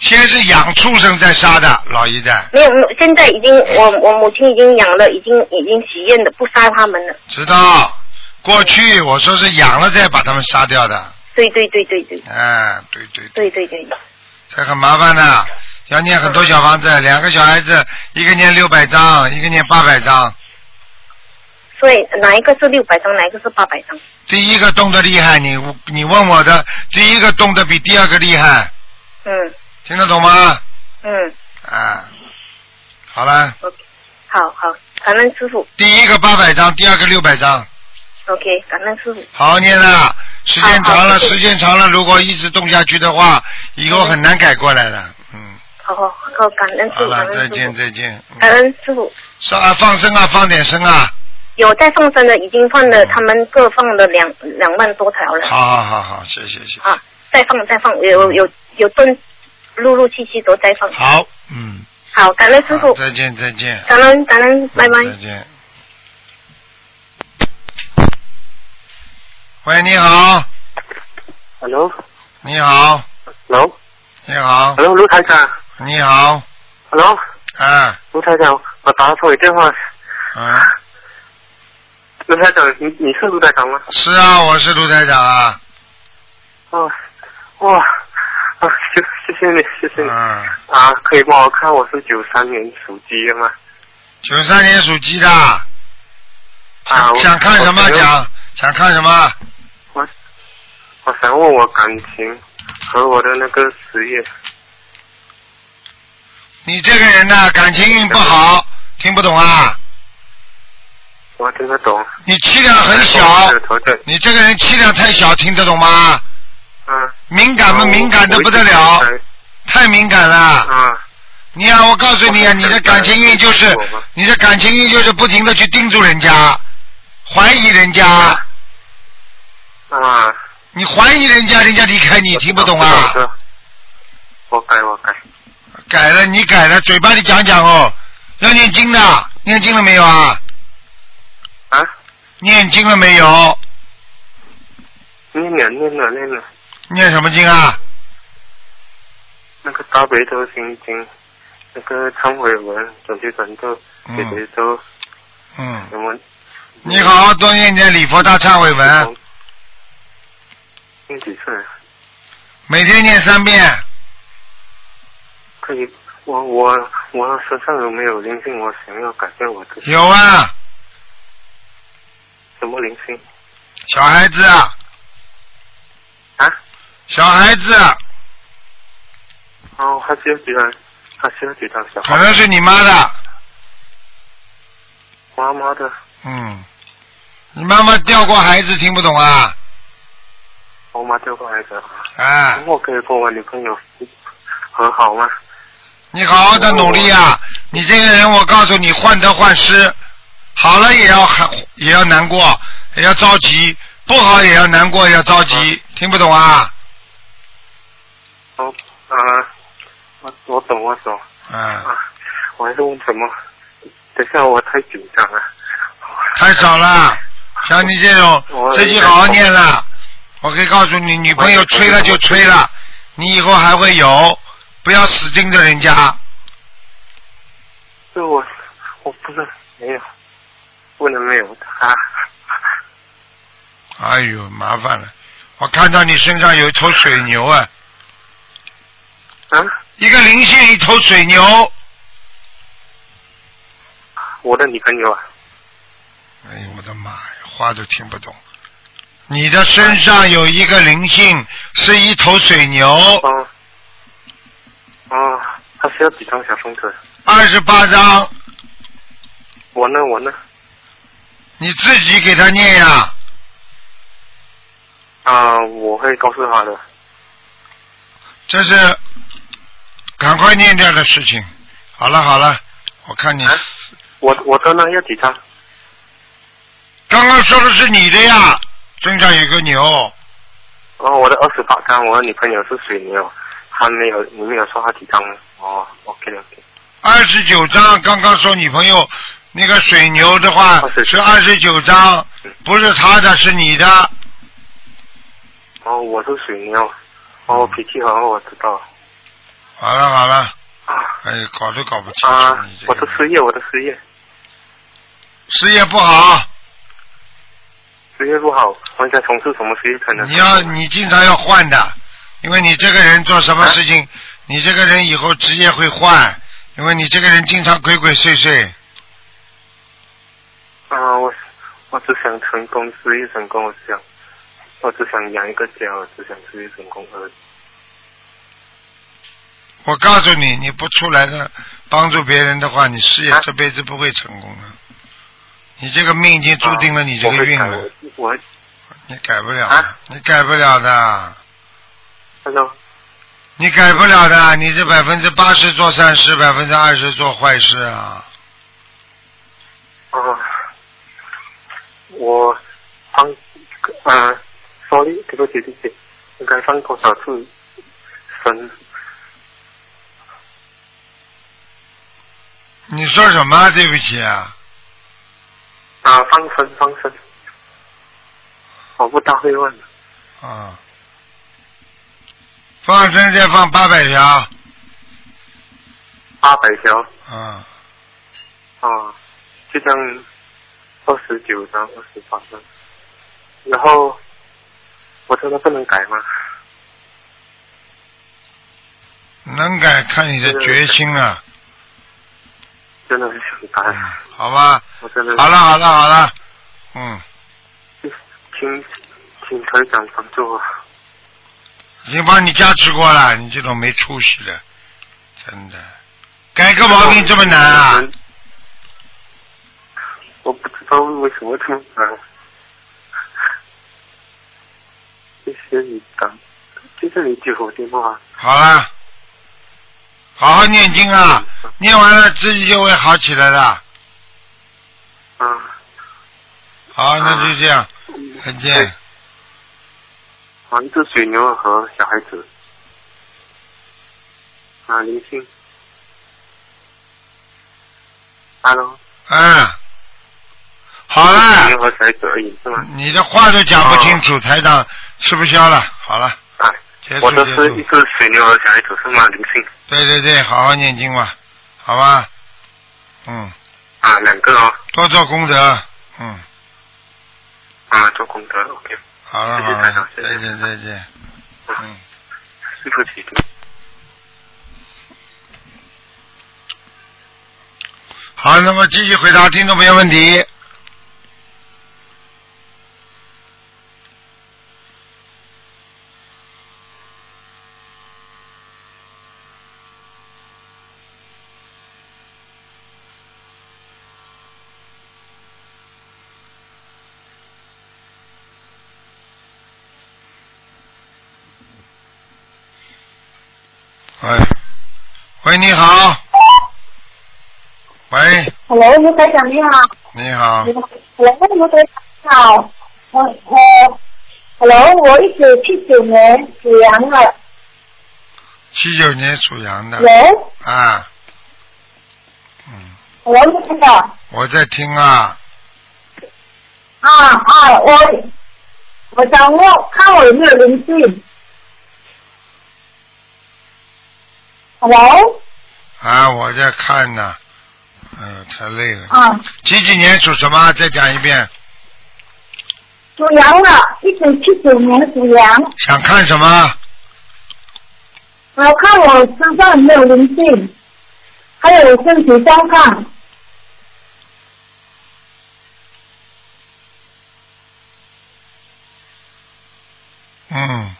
A: 先是养畜生再杀的，老一代
H: 没有，没有现在已经我我母亲已经养了，已经已经许愿的不杀他们了。
A: 知道。过去我说是养了再把他们杀掉的，
H: 对对对对对
A: 哎，对对，
H: 对对对，
A: 这很麻烦的，要念很多小房子，两个小孩子，一个念六百张，一个念八百张。
H: 所以哪一个是六百张，哪一个是八百张？
A: 第一个动得厉害，你你问我的，第一个动得比第二个厉害，
H: 嗯
A: 听得懂吗？
H: 嗯，
A: 啊，好了，
H: 好好，感恩师傅
A: 第一个八百张，第二个六百张，
H: ，OK，感恩师傅，
A: 好好念了。时间长了，
H: 好好谢谢
A: 时间长了，如果一直动下去的话，以后很难改过来的。嗯，
H: 好好好，感恩师
A: 好
H: 傅，感
A: 了，
H: 恩
A: 再
H: 师
A: 见，
H: 傅，
A: 再见。
H: 感恩师傅。
A: 上啊，放生啊，放点生啊，
H: 有在放生的，已经放了，他们各放了两两万多条了。
A: 好好好好，谢谢谢谢，
H: 啊，再放再放，有有有顿，陆陆续续都在放。
A: 好，嗯，
H: 好，感恩师
A: 好
H: 傅，
A: 再见再见，
H: 感恩感恩，拜拜。
A: 再见。喂，你好，
I: Hello，Hello，Hello，
A: 你好，你好，
I: 卢台长
A: 你好，
I: ，Hello，
A: 啊，
I: 卢台长，我打错你电话。
A: 嗯，
I: 卢台长，你你是卢台长吗？
A: 是啊，我是卢台长啊，
I: 哦，哇，啊，谢谢谢你，谢谢你。
A: 嗯，
I: 啊，可以帮我看我是九三年属鸡的吗？
A: 九三年属鸡的，
I: 啊，我
A: 想看什么？
I: 我
A: 讲？想看什么？
I: 我想问我感情和我的那个职业。
A: 你这个人呐，感情运不好，听不懂啊？
I: 我听得懂，
A: 你气量很小
I: 我是，头对，
A: 你这个人气量太小，听得懂吗？
I: 嗯，
A: 敏感吗？
I: 我
A: 敏感的不得了，太敏感了。
I: 啊，
A: 你啊，我告诉你啊，
I: 我
A: 你的感情运就是
I: 我吗，
A: 你的感情运就是不停的去盯住人家，怀疑人家，
I: 啊，
A: 你怀疑人家，人家离开你，听不懂啊？
I: 我知道？我改，我改，
A: 改了，你改了，嘴巴里讲讲哦，要念经的，念经了没有啊？
I: 啊，
A: 念经了没有？
I: 念了念了念了，
A: 念什么经啊？
I: 那个大悲咒心经，那个忏悔文，准提神咒，解结咒，
A: 嗯，
I: 什么？
A: 你好好多念念礼佛大忏悔文，，
I: 念几次？
A: 每天念三遍。
I: 可以，我我我身上有没有灵性？我想要改变我的
A: 有啊，
I: 什么灵性
A: 小孩子啊，
I: 啊？
A: 小孩子啊，
I: 哦，还需要几张？还需要几张小
A: 可
I: 孩？
A: 能是你妈的。
I: 妈妈的，
A: 嗯，你妈妈掉过孩子，听不懂啊？
I: 我妈掉过孩子啊。
A: 啊，
I: 我可以跟我女朋友和好吗？
A: 你好好的努力啊！你这个人，我告诉你，患得患失，好了也要很也要难过，也要着急；不好也要难过，也要着急。听不懂啊？
I: 哦，啊，我我懂我懂
A: 嗯，
I: 啊，我还是问什么？等一下我太紧张啊了。
A: 太少了，像你这种
I: 我
A: 自己好好念了。我可以告诉你，女朋友吹了就吹了，你以后还会有，不要死盯着人家。
I: 对我我不是没有，不能没有啊他。
A: 哎呦，麻烦了！我看到你身上有一头水牛啊，
I: 啊，
A: 一个灵性，一头水牛。
I: 我的女朋友啊，
A: 哎呦，我的妈呀，话都听不懂。你的身上有一个灵性，是一头水牛，
I: 哦，哦，他需要几张小风车？
A: 二十八章，
I: 我呢我呢
A: 你自己给他念呀。
I: 啊，我会告诉他的。
A: 这是赶快念掉的事情。好了好了，我看你
I: 啊我我刚刚要几张？
A: 刚刚说的是你的呀，身上有个牛，
I: 哦，我的二十八张，我的女朋友是水牛，还没有，你没有说她几张呢？哦，OK OK，
A: 二十九张。刚刚说女朋友那个水牛的话是二十九张，不是他的，是你的。
I: 哦，我是水牛，哦，我脾气很好，我知道。
A: 好了好了，哎，搞都搞不清楚
I: 啊
A: 你，这
I: 我
A: 个
I: 的
A: 人。
I: 事业，我的事业，
A: 事业不好，
I: 事业不好，我想从事什么事业可能？
A: 你要你经常要换的，因为你这个人做什么事情，你这个人以后职业会换，因为你这个人经常鬼鬼祟祟。
I: 啊，我我只想成功，事业成功，我只想，我只想养一个家，我只想事业成功而已。
A: 我告诉你，你不出来的帮助别人的话，你事业这辈子不会成功的。你这个命已经注定了你这个运
I: 啊
A: 了，
I: 我会改
A: 你改不了，你改不了的，
I: 我，hello，
A: 你改不了的。你这百分之八十做善事，百分之二十做坏事啊。
I: 啊，我放啊，sorry，对不起，对不起，应该放多少次生？
A: 你说什么啊？对不起啊，
I: 啊，放生放生，我哦不大会问。
A: 啊，放生再放八百条，
I: 八百条
A: 啊，
I: 啊，就这样二十九张、二十八张，然后我真的不能改吗？
A: 能改看你的决心啊了，
I: 真的很想改，
A: 好吧？
I: 我真的
A: 好了好了好了，嗯，
I: 请请台长帮助我。
A: 已经帮你加持过了，你这种没出息的，真的，改个毛病这么难啊？
I: 我不知道为什么这么难。谢谢你打，谢谢你接我电话。
A: 好了，好好念经啊，
I: 嗯
A: 念完了自己就会好起来的。
I: 啊，
A: 好，那就这样，再见。
I: 好，啊一只水牛和小孩子。啊，林性。Hello。
A: 嗯，好了
I: 水，牛和小孩子而已是吗？
A: 你的话都讲不清楚，台长吃不消了。好了，
I: 啊
A: 结，束
I: 我的
A: 结
I: 是
A: 束
I: 一只水牛和小孩子是吗？林性。
A: 对对对，好好念经吧，好吧，嗯，
I: 啊，两个哦。
A: 多做功德，嗯，
I: 啊，做功德，OK。
A: 好了好
I: 谢谢台
A: 了
I: 长，
A: 再见再见，嗯。
I: 对不起。
A: 好，那么继续回答听众朋友问题。哎，喂，你好。喂，
J: Hello，卢台长你好。
A: 你好，
J: Hello，卢台长你好。我呃，Hello，我一九七九年属羊的，
A: 七九年属羊的。
J: 喂
A: 啊，
J: Hello，卢台长。
A: 我在听啊，
J: 啊啊，我我想问，看我有没有灵性。Hello，
A: 啊，我在看呢、哎呦，太累了。
J: 啊，
A: 几几年属什么？再讲一遍。
J: 属羊的，一九七九年属羊，
A: 想看什么？
J: 我看我身上有没有灵性，还有我身体状况。
A: 嗯，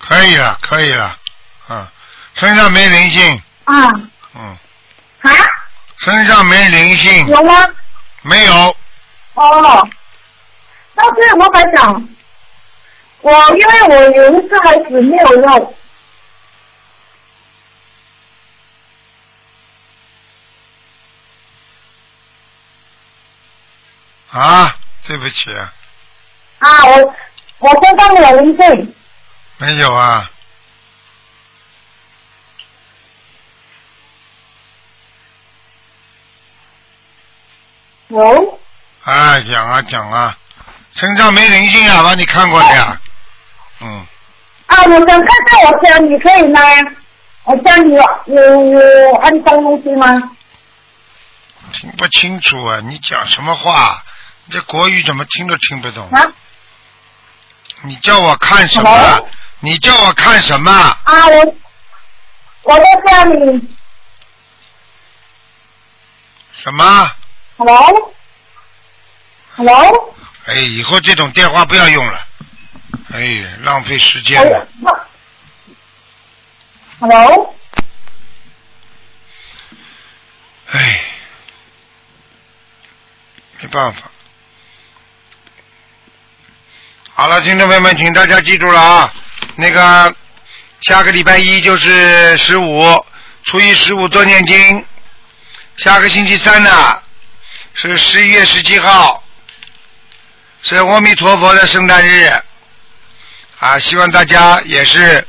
A: 可以了，可以了。嗯，身上没灵性。
J: 啊。
A: 嗯。
J: 啊？
A: 身上没灵性。
J: 有吗？
A: 没有。
J: 哦，但是我还想，
D: 我因为我有一个孩子没有用，
A: 啊，对不起，啊，
D: 啊，我我身上没有灵性，
A: 没有啊，
D: 有
A: 啊，讲啊讲啊，身上没灵性啊，把你看过的呀，嗯，
D: 啊，我想看看我家里可以吗？我家里有有有安装东西吗？
A: 听不清楚啊，你讲什么话？你这国语怎么听都听不懂？
D: 啊
A: 你叫我看什么
D: Hello？？
A: 你叫我看什么？
D: 啊，我我在家里
A: 什么？
D: ，hello hello，
A: 哎，以后这种电话不要用了，哎，浪费时间
D: 哎
A: 了。
D: hello，
A: 哎，没办法。好了，听众朋友们，请大家记住了啊，那个下个礼拜一就是十五，初一十五多念经。下个星期三呢是十一月十七号，是阿弥陀佛的圣诞日啊，希望大家也是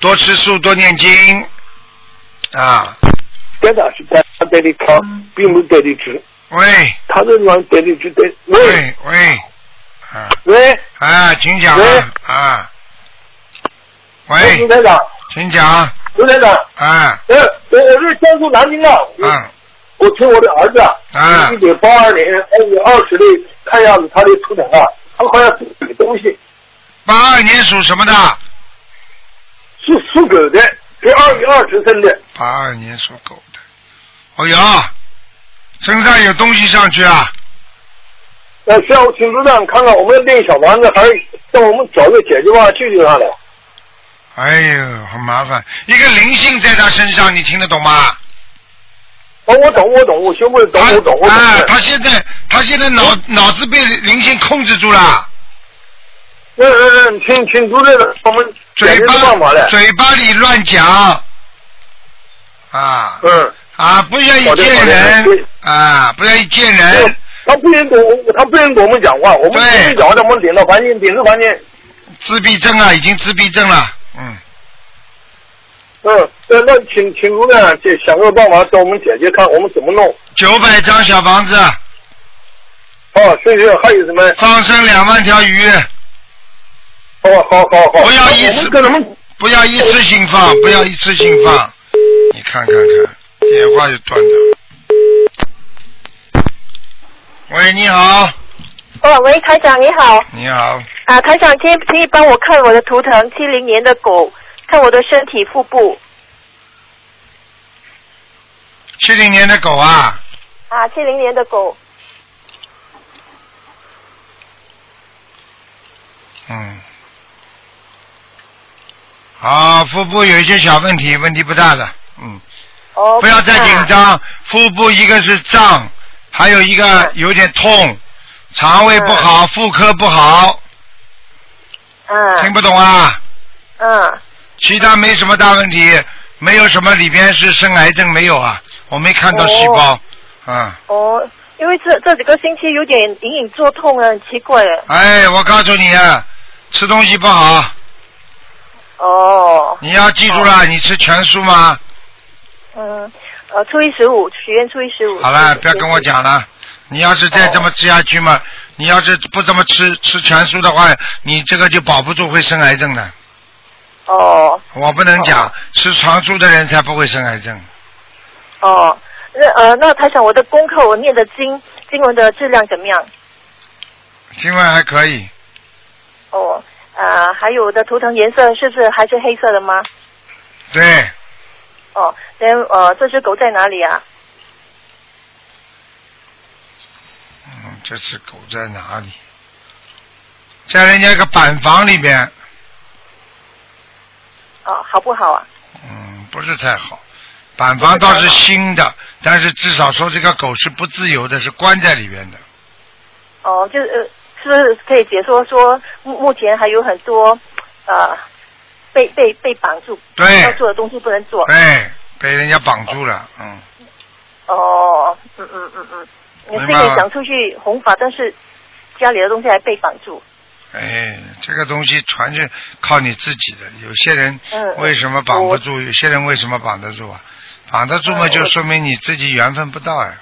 A: 多吃素，多念经啊。
K: 跌倒是在他带的靠，并不带的直。
A: 嗯喂，
K: 他是往带的直带。
A: 喂喂，啊
K: 喂，
A: 啊，请讲
K: 喂
A: 啊啊，
K: 卢
A: 喂，
K: 台长，
A: 请讲
K: 卢台长，
A: 啊
K: 呃，我我是江苏南京的，
A: 啊
K: 我请我的儿子啊，
A: 啊
K: 一九八二年二月二十日，看样子他的图腾啊，他好像有个东西，
A: 八二年属什么的？
K: 属属狗的，是二月二十生的，
A: 八二年属狗的。哦呦，身上有东西上去啊！
K: 呃，需要我请组长看看我们练小房子，还是让我们找个解决方案救救他来。
A: 哎呦，很麻烦。一个灵性在他身上，你听得懂吗？
K: 哦，我懂，我懂，我学会了，懂，我懂，我懂。
A: 啊，他现在他现在脑脑子被灵性控制住了，
K: 嗯嗯嗯，请请主任，我们
A: 嘴
K: 解决办法嘞
A: 巴。嘴巴里乱讲，啊
K: 嗯，
A: 啊，不愿
K: 好
A: 意
K: 的
A: 见
K: 好的
A: 人啊，不愿意见人。
K: 他不允许我，他不允许我们讲话，我们
A: 对
K: 不许讲话，他们领到环境，领到环境。
A: 自闭症啊，已经自闭症了，嗯，
K: 嗯，那那请请主任这想个办法帮我们解决，看我们怎么弄。
A: 九百张小房子，
K: 哦，谢谢，还有什么？
A: 放生两万条鱼，
K: 哦，好好好。
A: 不要一
K: 我
A: 次
K: 们跟他们
A: 不要一次性放，
K: 嗯
A: 不要一次性放，你看看看，电话就断掉了。喂，你好，
L: 哦，喂，台长你好
A: 你好，
L: 啊，台长，今天请你帮我看我的图腾，七零年的狗，看我的身体腹部
A: 七零年的狗啊，
L: 啊，七零年的狗
A: 嗯，好，腹部有一些小问题，问题不大的，嗯，
L: 哦，
A: 不要再紧
L: 啊，
A: 张，腹部一个是胀，还有一
L: 嗯
A: 个有点痛，肠胃不好，妇科不好，听
L: 嗯
A: 不懂啊？
L: 嗯，
A: 其他没什么大问题，没有什么里边是生癌症没有啊？我没看到细胞，啊，
L: 哦，因为这这几个星期有点隐隐作痛啊，很奇怪哎，
A: 哎，我告诉你啊，吃东西不好，
L: 哦，
A: 你要记住了，你吃全素吗？
L: 嗯，呃，初一十五许愿，初一十五，
A: 好了，不要跟我讲了，你要是再这么吃下去嘛，你要是不这么吃吃全素的话，你这个就保不住会生癌症的。
L: 哦
A: 我不能讲，吃全素的人才不会生癌症。
L: 哦，那呃，那台长，我的功课我念的经经文的质量怎么样？
A: 今晚还可以，
L: 哦，呃，还有我的图腾颜色是不是还是黑色的吗？
A: 对，
L: 哦，那呃，这只狗在哪里啊？
A: 嗯，这只狗在哪里？在人家一个板房里边。
L: 哦，好不好啊？
A: 嗯，不是太好。板房倒是新的，但是至少说这个狗是不自由的，是关在里面的。
L: 哦，就是呃是不是可以解说说目目前还有很多呃被被被绑住，
A: 对
L: 要做的东西不能做。
A: 哎，被人家绑住了，嗯，
L: 哦，嗯嗯嗯嗯，你
A: 明
L: 是
A: 白了
L: 也想出去弘法，但是家里的东西还被绑住。
A: 哎，这个东西全是靠你自己的。有些人
L: 嗯
A: 为什么绑不住？有些人为什么绑得住啊？绑得住嘛，
L: 嗯
A: 就
L: 我
A: 说明你自己缘分不到呀、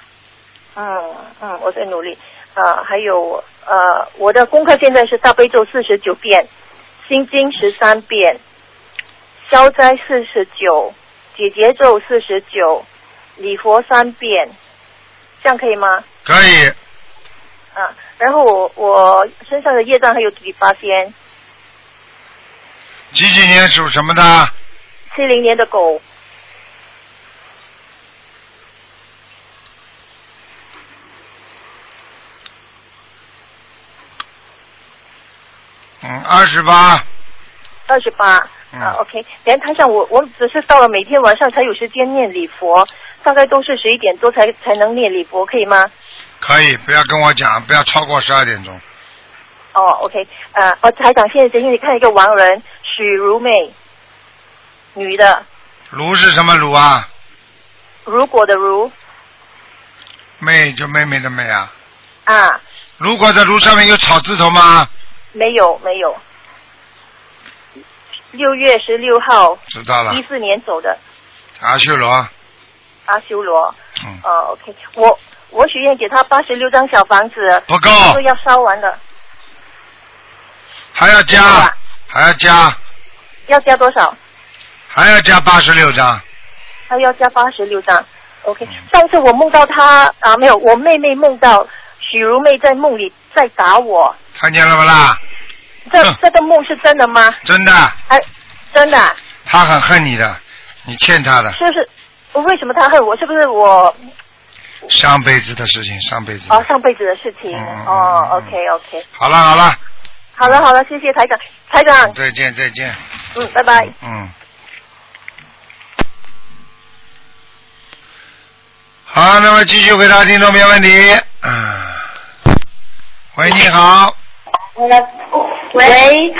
L: 嗯嗯，我在努力。呃，还有呃，我的功课现在是大悲咒四十九遍，心经十三遍，消灾四十九，解结咒四十九，礼佛三遍，这样可以吗？
A: 可以，
L: 啊，然后我我身上的业障还有几八仙，
A: 几几年属什么的？
L: 七零年的狗，
A: 嗯，二十八。
L: 二十八。
A: 嗯
L: 啊，OK。连台上我我只是到了每天晚上才有时间念礼佛，大概都是十一点多才才能念礼佛，可以吗？
A: 可以，不要跟我讲，不要超过十二点钟。
L: 哦，OK，呃，哦，台长，现在给你看一个亡人，许如美，女的，
A: 卢是什么卢啊？
L: 如果的如
A: 妹就妹妹的妹啊。
L: 啊，
A: 如果在卢上面有草字头吗？
L: 没有没有，六月十六号，
A: 知道了
L: 一，四年走的
A: 阿修啊罗。
L: 阿修罗，
A: 嗯，
L: 哦，OK，我我许愿给他八十六张小房子，
A: 不够
L: 他说要烧完了，
A: 还要
L: 啊
A: 加，还要加，
L: 要加多少？
A: 还要加八十六张。
L: 他要加八十六张，OK。上
A: 嗯
L: 次我梦到他啊，没有，我妹妹梦到许如妹在梦里在打我，
A: 看见了不啦？
L: 这这个梦是真的吗？
A: 真的，
L: 哎，真的啊、
A: 他很恨你的，你欠他的，
L: 是不是？为什么他恨我？是不是我
A: 上辈子的事情，上辈子。
L: 哦上辈子的事情？哦，OK OK，
A: 好了好了，
L: 好了好了，谢谢台长，台长，
A: 再见再见，
L: 嗯，拜拜。
A: 嗯。好，那么继续回答听众朋友问题。嗯，喂，你好，
M: 喂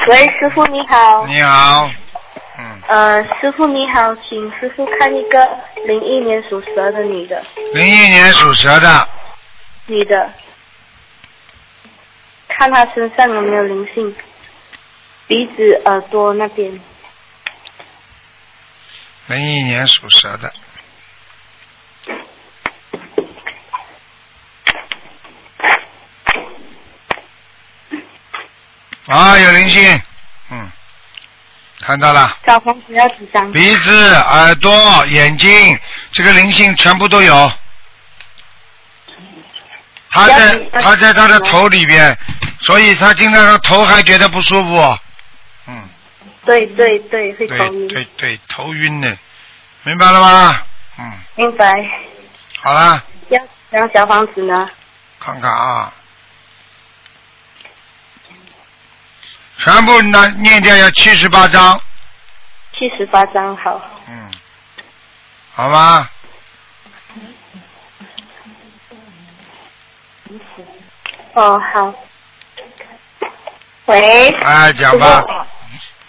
M: 喂，师傅你好，
A: 你好，
M: 呃，师傅你好，请师傅看一个零一年属蛇的女的，
A: 零一年属蛇的，
M: 女的，看她身上有没有灵性，鼻子、耳朵那边，
A: 零一年属蛇的，啊，有灵性，嗯，看到了。
M: 小房子要几张？
A: 鼻子、耳朵、眼睛，这个灵性全部都有。他在他在他的头里边，所以他经常说头还觉得不舒服。
M: 对对对，会头
A: 对
M: 晕，
A: 对对，头晕呢，明白了吗？
M: 明白。
A: 好啦，
M: 要然后小房子呢？
A: 看看啊，全部那念掉要七十八章，
M: 七十八张好，
A: 嗯，好吗？
M: 哦好。喂，
A: 哎，讲吧，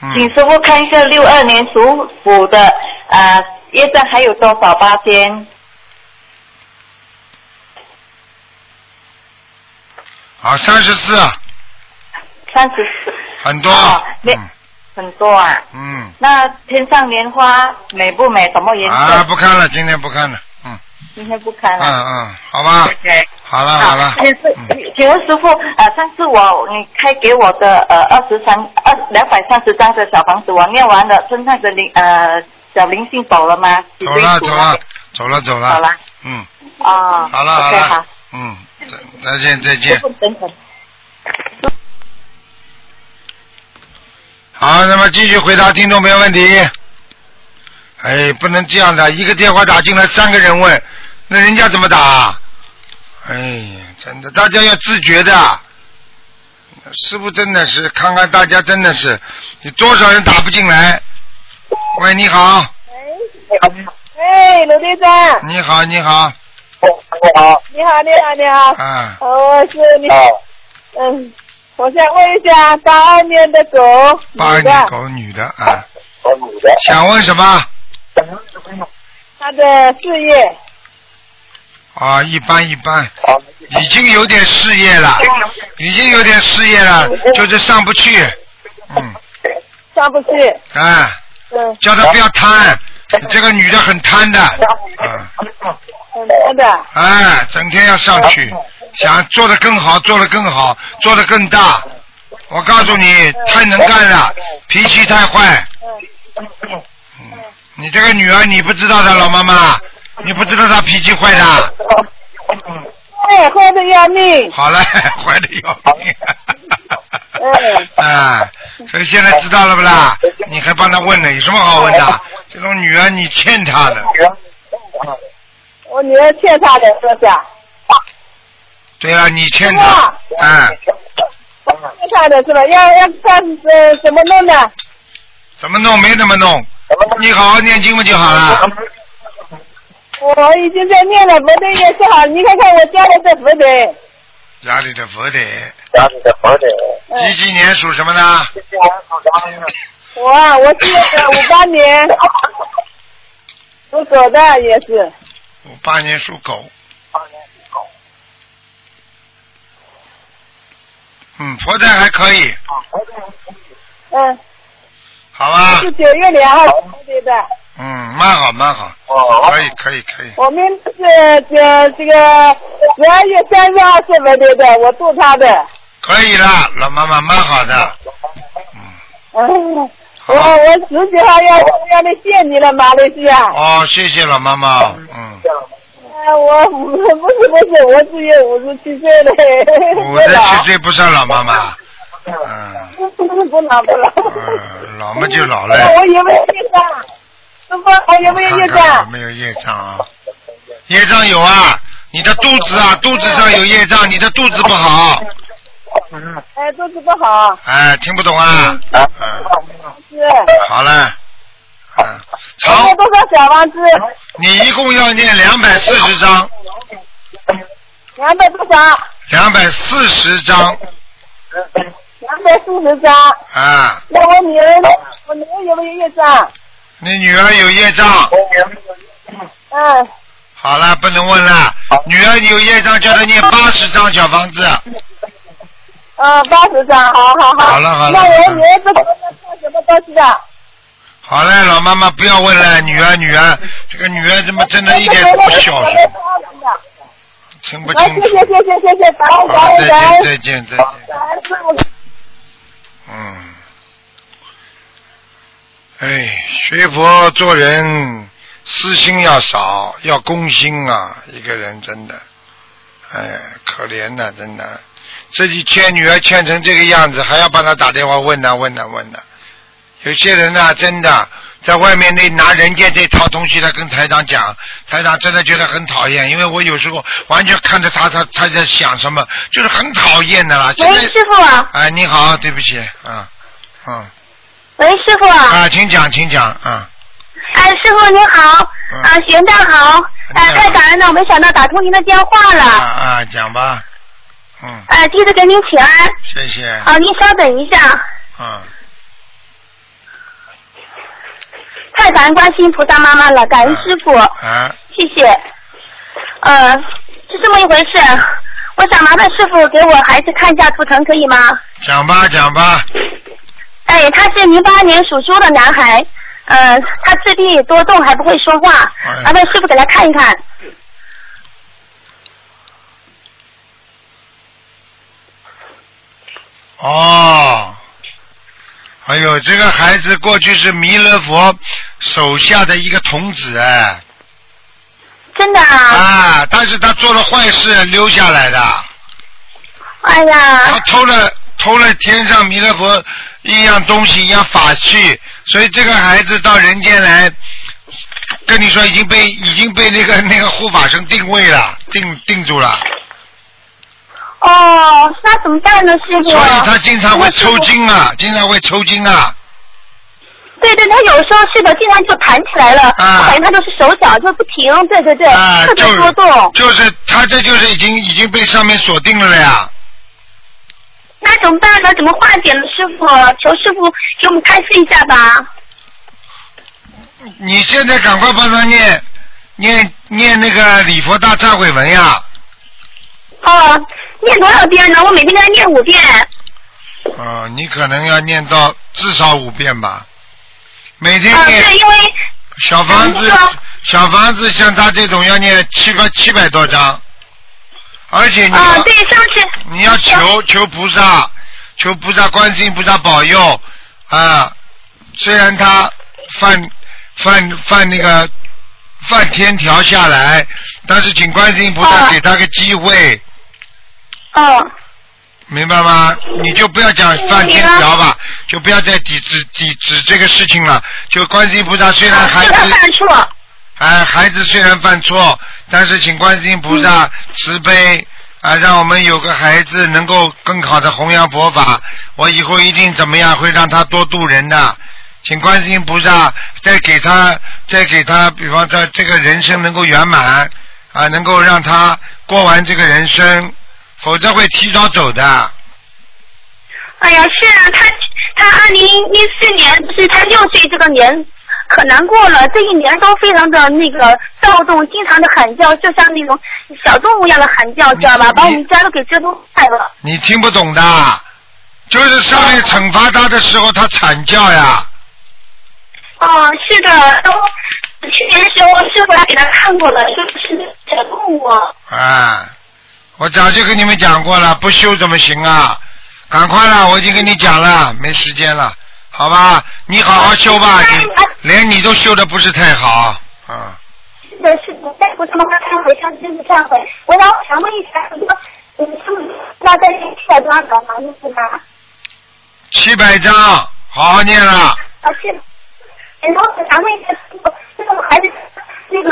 A: 嗯
F: 请师傅看一下六二年属虎的啊，业障还有多少八千？
A: 好，三十四，
F: 三十四，
A: 很多，
F: 没、很多啊。
A: 嗯，
F: 那天上莲花美不美？什么颜色？
A: 啊，不看了，今天不看了，嗯
F: 今天不看
A: 嗯
F: 了。
A: 嗯，好吧，
F: OK。
A: 好了好了，嗯
F: 请师，请问师傅，呃，上次我你开给我的呃二十三二两百三十张的小房子，我念完了，身上的灵呃小灵性啊走了吗？几
A: 走
F: 堆
A: 了
F: 土
A: 走
F: 那
A: 了
F: 边。
A: 走了走
F: 好
A: 了
F: 了，
A: 嗯，
F: 哦。
K: 啊
A: 好了
F: OK，
A: 好
F: 好
A: 了，，嗯，再再见再见
F: 师。傅等等。
A: 好，那么继续回答听众朋友问题。哎，不能这样的，一个电话打进来三个人问，那人家怎么打？哎呀，真的，大家要自觉的。师傅真的是，看看大家真的是，你多少人打不进来？喂，你好，
K: 哎，卢队长，
A: 你好，你好，
K: 你好，你好，你好，
A: 啊，
K: 哦，是你，嗯，我想问一下，八二年的狗，
A: 八二
K: 女
A: 年
K: 的，
A: 狗女的啊，
N: 哦，女的。
A: 想问什么？
K: 她的事业，
A: 啊，一般一般，已经有点事业了，已经有点事业了，就是上不去，嗯
K: 上不去，
A: 啊，
K: 嗯，
A: 叫她不要贪，这个女的很贪的，啊，
K: 很多的，
A: 哎，整天要上去，想做得更好，做得更好，做得更大。我告诉你，太能干了，脾气太坏。嗯，你这个女儿，你不知道的，老妈妈，你不知道她脾气坏的。
K: 哎，坏的要命，
A: 好了， 坏的要命。
K: 嗯，
A: 啊，所以现在知道了不啦？你还帮她问呢，有什么好问的？这种女儿你欠她的。
K: 我女儿欠她的多少？
A: 对了，你欠她，嗯，
K: 欠她的是吧？要要看呃怎么弄的？
A: 怎么弄没怎么弄，你好好念经不就好了？
K: 我已经在念了，佛的也是好，你看看我家里的佛的，
A: 家里的佛得，
N: 家里的佛得，
K: 哎
A: 几几年属什么呢？
K: 我啊我是五八年，属狗的也是，
A: 五八年属狗。嗯，佛台还可以，
K: 嗯，
A: 好吧？
K: 是九月两号出的的。
A: 嗯，蛮好，蛮好。哦，可以，可以，可以。
K: 我们是这这个十二月三十号是没得的，我做他的。
A: 可以啦，老妈妈蛮好的。
K: 嗯，我我十几号要要来见你了，马来西亚。
A: 哦，谢谢老妈妈。嗯，
K: 啊，我不是不是，我只有五十七岁了。
A: 五十七岁不算老妈妈，啊
K: 不老，不老不老。
A: 老嘛就老
K: 那
A: 了。
K: 我有没有业障？师傅，我有没有业
A: 看看有
K: 障？
A: 没有业障啊？业障有啊，你的肚子啊，肚子上有业障，你的肚子不好。
K: 哎，肚子不好，
A: 哎，听不懂啊？
K: 是。
A: 好了，
K: 我要多少小房子？
A: 你一共要念两百四十章，
K: 两百多少？
A: 两百四十章
K: 两百四十张。
A: 啊！
K: 那我女儿，我女儿有没有业障？
A: 你女儿有业障，
K: 嗯，
A: 好了，不能问了。女儿有业障，叫她念八十章小房子。
K: 呃，八十张，好好好。
A: 好了好了
K: 那我女儿这个要做什么东西的？
A: 好了，老妈妈不要问了，女儿女儿，这个女儿怎么真的一点都不孝顺，听不
K: 来，
A: 清
K: 谢
A: 楚。
K: 谢谢谢谢谢，感恩感
A: 好，
K: 恩感
A: 再见
K: 恩
A: 再见再见。
K: 感恩师傅。
A: 嗯，哎，学佛做人，私心要少，要公心啊！一个人真的，哎，可怜呐、真的，自己欠女儿欠成这个样子，还要帮她打电话问呐、问呐、问呐、有些人呐、真的在外面那拿人间这套东西来跟台长讲，台长真的觉得很讨厌，因为我有时候完全看着他，他他在想什么，就是很讨厌的啦。现
O: 喂，
A: 在
O: 师傅啊，
A: 哎，你好，对不起，啊，嗯，
O: 喂，师傅啊，
A: 啊，请讲，请讲，啊，
O: 哎，师傅您好，
A: 嗯
O: 啊，玄大好，哎，太感恩了，我没想到打通您的电话
A: 啊
O: 了，
A: 啊，讲吧，嗯，
O: 哎，弟子给您请安，
A: 谢谢，
O: 好，您稍等一下，
A: 嗯，
O: 太感恩观世音菩萨妈妈了，感恩师傅，
A: 啊，
O: 谢谢，呃，是这么一回事，我想麻烦师傅给我孩子看一下图腾，可以吗？
A: 讲吧，讲吧，
O: 哎，他是零八年属猪的男孩，呃，他自闭多动，还不会说话，
A: 哎
O: 麻烦师傅给他看一看。
A: 哦，哎呦，这个孩子过去是弥勒佛手下的一个童子，哎，
O: 真的啊，
A: 啊，但是他做了坏事溜下来的，
O: 哎呀，
A: 他偷了偷了天上弥勒佛一样东西，一样法器，所以这个孩子到人间来，跟你说已经被已经被那个那 个护法神定位了，定定住了，
O: 哦，那怎么办呢，师傅？
A: 所以他经常会抽筋啊，经常会抽筋啊，
O: 对对，他有时候是的，经常就弹起来了，
A: 啊
O: 我感觉他就是手脚就不停，对对对，特别多动。
A: 就是他这就是已经已经被上面锁定了呀，
O: 那
D: 该怎么办呢？怎么化解呢？师傅，求师傅给我们开示一下吧。
A: 你现在赶快帮他念念念那个礼佛大忏悔文呀。
D: 哦，念多少遍呢？我每天给他念五遍。
A: 啊、你可能要念到至少五遍吧，每天
D: 啊，
A: 念。
D: 对，因为
A: 小房子
D: 嗯你说，
A: 小房子像他这种要念七百七百多张，而且你要、
D: 啊，对上次
A: 你要求求菩萨，求菩萨观世音菩萨保佑啊！虽然他犯犯犯那个犯天条下来，但是请观世音菩萨给他个机会。
D: 哦。
A: 明白吗？你就不要讲犯天条吧，就不要再抵指抵指这个事情了。就观世音菩萨虽然孩子
D: 犯错，
A: 哎，孩子虽然犯错，但是请观世音菩萨慈悲啊，让我们有个孩子能够更好的弘扬佛法。我以后一定怎么样，会让他多度人的。请观世音菩萨再给他，再给他，比方他这个人生能够圆满啊，能够让他过完这个人生，否则会提早走的。
D: 哎呀，是啊，他他二零一四年是他六岁这个年，可难过了。这一年都非常的那个躁动，经常的喊叫，就像那种小动物一样的喊叫，知道吧？把我们家都给折腾坏了。
A: 你听不懂的，就是上面惩罚他的时候，他惨叫呀。
D: 哦，是的，都去年的时候师傅还给他看过了，说是小动物。
A: 啊，我早就跟你们讲过了，不修怎么行啊？赶快啦，我已经跟你讲了，没时间了，好吧？你好好修吧，你连你都修的不是太好，啊，
C: 是的，是的，再不他妈忏悔，上真的忏悔。我让我想问一下，你说，嗯，他们那在下多少房子呢？
A: 七百章，好好念了。
C: 啊，是。然后我想问一下，这个这个孩子，那个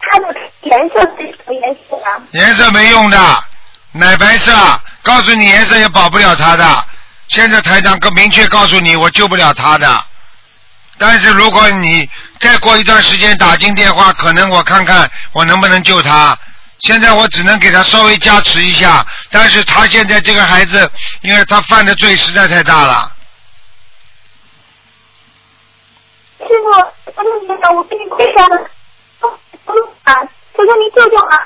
C: 他的颜色是什么颜色啊？
A: 颜色没用的，奶白色，告诉你颜色也保不了他的。现在台长更明确告诉你，我救不了他的。但是如果你再过一段时间打进电话，可能我看看我能不能救他。现在我只能给他稍微加持一下，但是他现在这个孩子，因为他犯的罪实在太大了。
C: 师傅，我跟你讲，我跟你跪下了，啊，求求你救救俺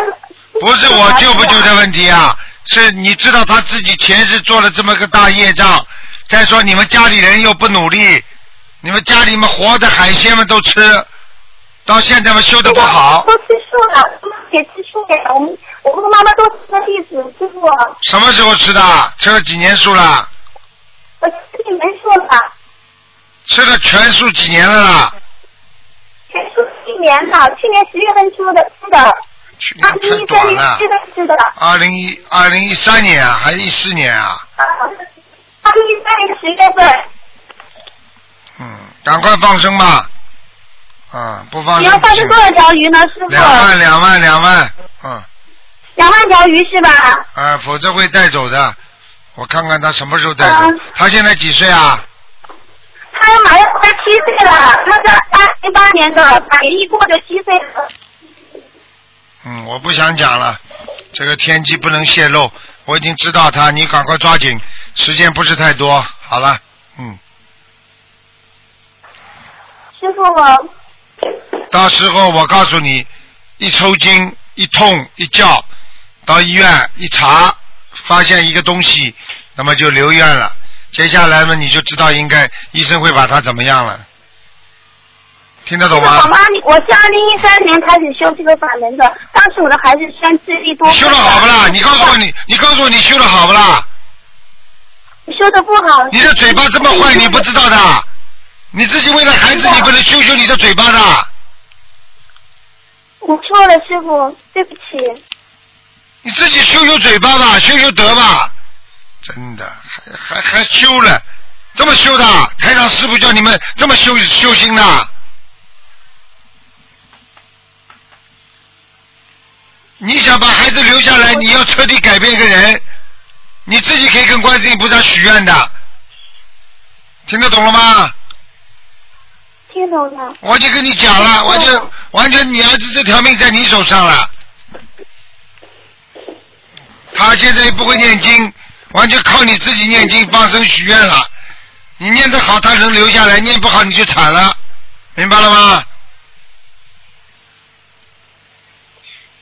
C: 儿子。
A: 不是我救不救的问题啊，是你知道他自己前世做了这么个大业障，再说你们家里人又不努力，你们家里面活的海鲜们都吃，到现在嘛修的不好
C: 都，吃素了，他妈也吃素了。我们我和妈妈都是他弟子，师傅，我
A: 什么时候吃的？吃了几年素了？
C: 吃你们素了，
A: 吃了全素几年了
D: 啊
A: 啦？
C: 全素去年的，去年十月份出的，吃的。二零一三年吃的吃的，
A: 二零一二零一三年啊，还是一四年啊？
C: 二零一三年十月份。
A: 嗯，赶快放生吧。啊、不放
D: 你
A: 生
D: 要
A: 不
D: 放
A: 行
D: 生多少条鱼呢，师傅？
A: 两万两万两万，嗯。
D: 两万条鱼是吧？
A: 啊，否则会带走的。我看看他什么时候带走。他现在几岁啊？
C: 他马上快七岁了，他是二零八年的，马一过就七岁了。
A: 嗯，我不想讲了，这个天机不能泄露。我已经知道他，你赶快抓紧，时间不是太多。好了，嗯，
C: 师傅，我
A: 到时候我告诉你，一抽筋、一痛、一叫，到医院一查，发现一个东西，那么就留院了。接下来嘛，你就知道应该医生会把他怎么样了。听得懂吗？
C: 我妈，我是二零一三年开始修这个法门的，当时我的孩子虽然智力多，
A: 修的好不
C: 哦
A: 啦？你告诉我你，你告诉我你修的好不啦？
C: 修的不好。
A: 你的嘴巴这么坏，你不知道的？你自己为了孩子，你不能修修你的嘴巴的。
C: 我错了，师傅，对不起。
A: 你自己修修嘴巴吧，修修德吧。真的，还还还修了，这么修的，台长师傅叫你们这么修修心的。你想把孩子留下来，你要彻底改变一个人，你自己可以跟观世音菩萨许愿的，听得懂了吗？
C: 听懂了。
A: 我就跟你讲了，完全完全，你儿子这条命在你手上了。他现在又不会念经，完全靠你自己念经放生许愿了。你念得好，他能留下来；念不好，你就惨了，明白了吗？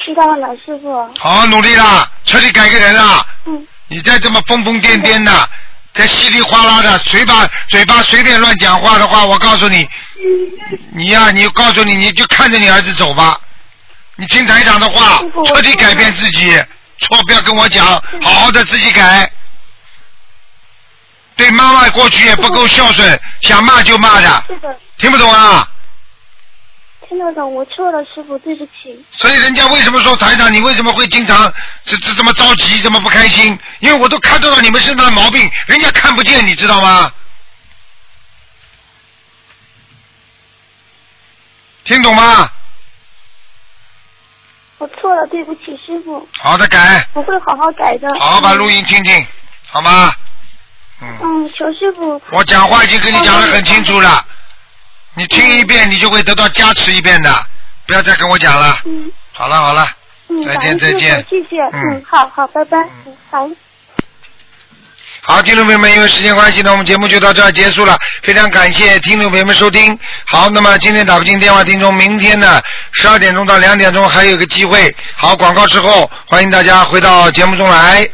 J: 知道了，师傅。
A: 好好努力啦，彻底改个人啦。
J: 嗯。
A: 你再这么疯疯癫癫的，再稀里哗啦的，随把嘴巴随便乱讲话的话，我告诉你，
J: 嗯
A: 你呀、你告诉你，你就看着你儿子走吧。你听台长的话，彻底改变自己，错不要跟我讲，
J: 嗯
A: 好好的自己改。对妈妈过去也不够孝顺，想骂就骂的，
J: 嗯是的，
A: 听不懂啊？
J: 听得懂，我错了，师傅，对不起。
A: 所以人家为什么说台长，你为什么会经常这这这么着急，这么不开心？因为我都看得到你们身上的毛病，人家看不见，你知道吗？听懂吗？
J: 我错了，对不起，师傅，
A: 好的，改，
J: 我会好好改的。
A: 好好把录音听听，好吗？
J: 嗯，求师傅。
A: 我讲话已经跟你讲得很清楚了，你听一
J: 嗯
A: 遍你就会得到加持一遍的，不要再跟我讲了。
J: 嗯
A: 好了好了，
J: 嗯，
A: 再
J: 感
A: 见
J: 恩
A: 再
J: 师傅
A: 见
J: 谢谢，
A: 嗯
J: 嗯，好好，拜拜，嗯，好。
A: 好，听众朋友们，因为时间关系呢，我们节目就到这儿结束了。非常感谢听众朋友们收听。好，那么今天打不进电话听众，明天呢十二点钟到两点钟还有一个机会。好，广告之后，欢迎大家回到节目中来。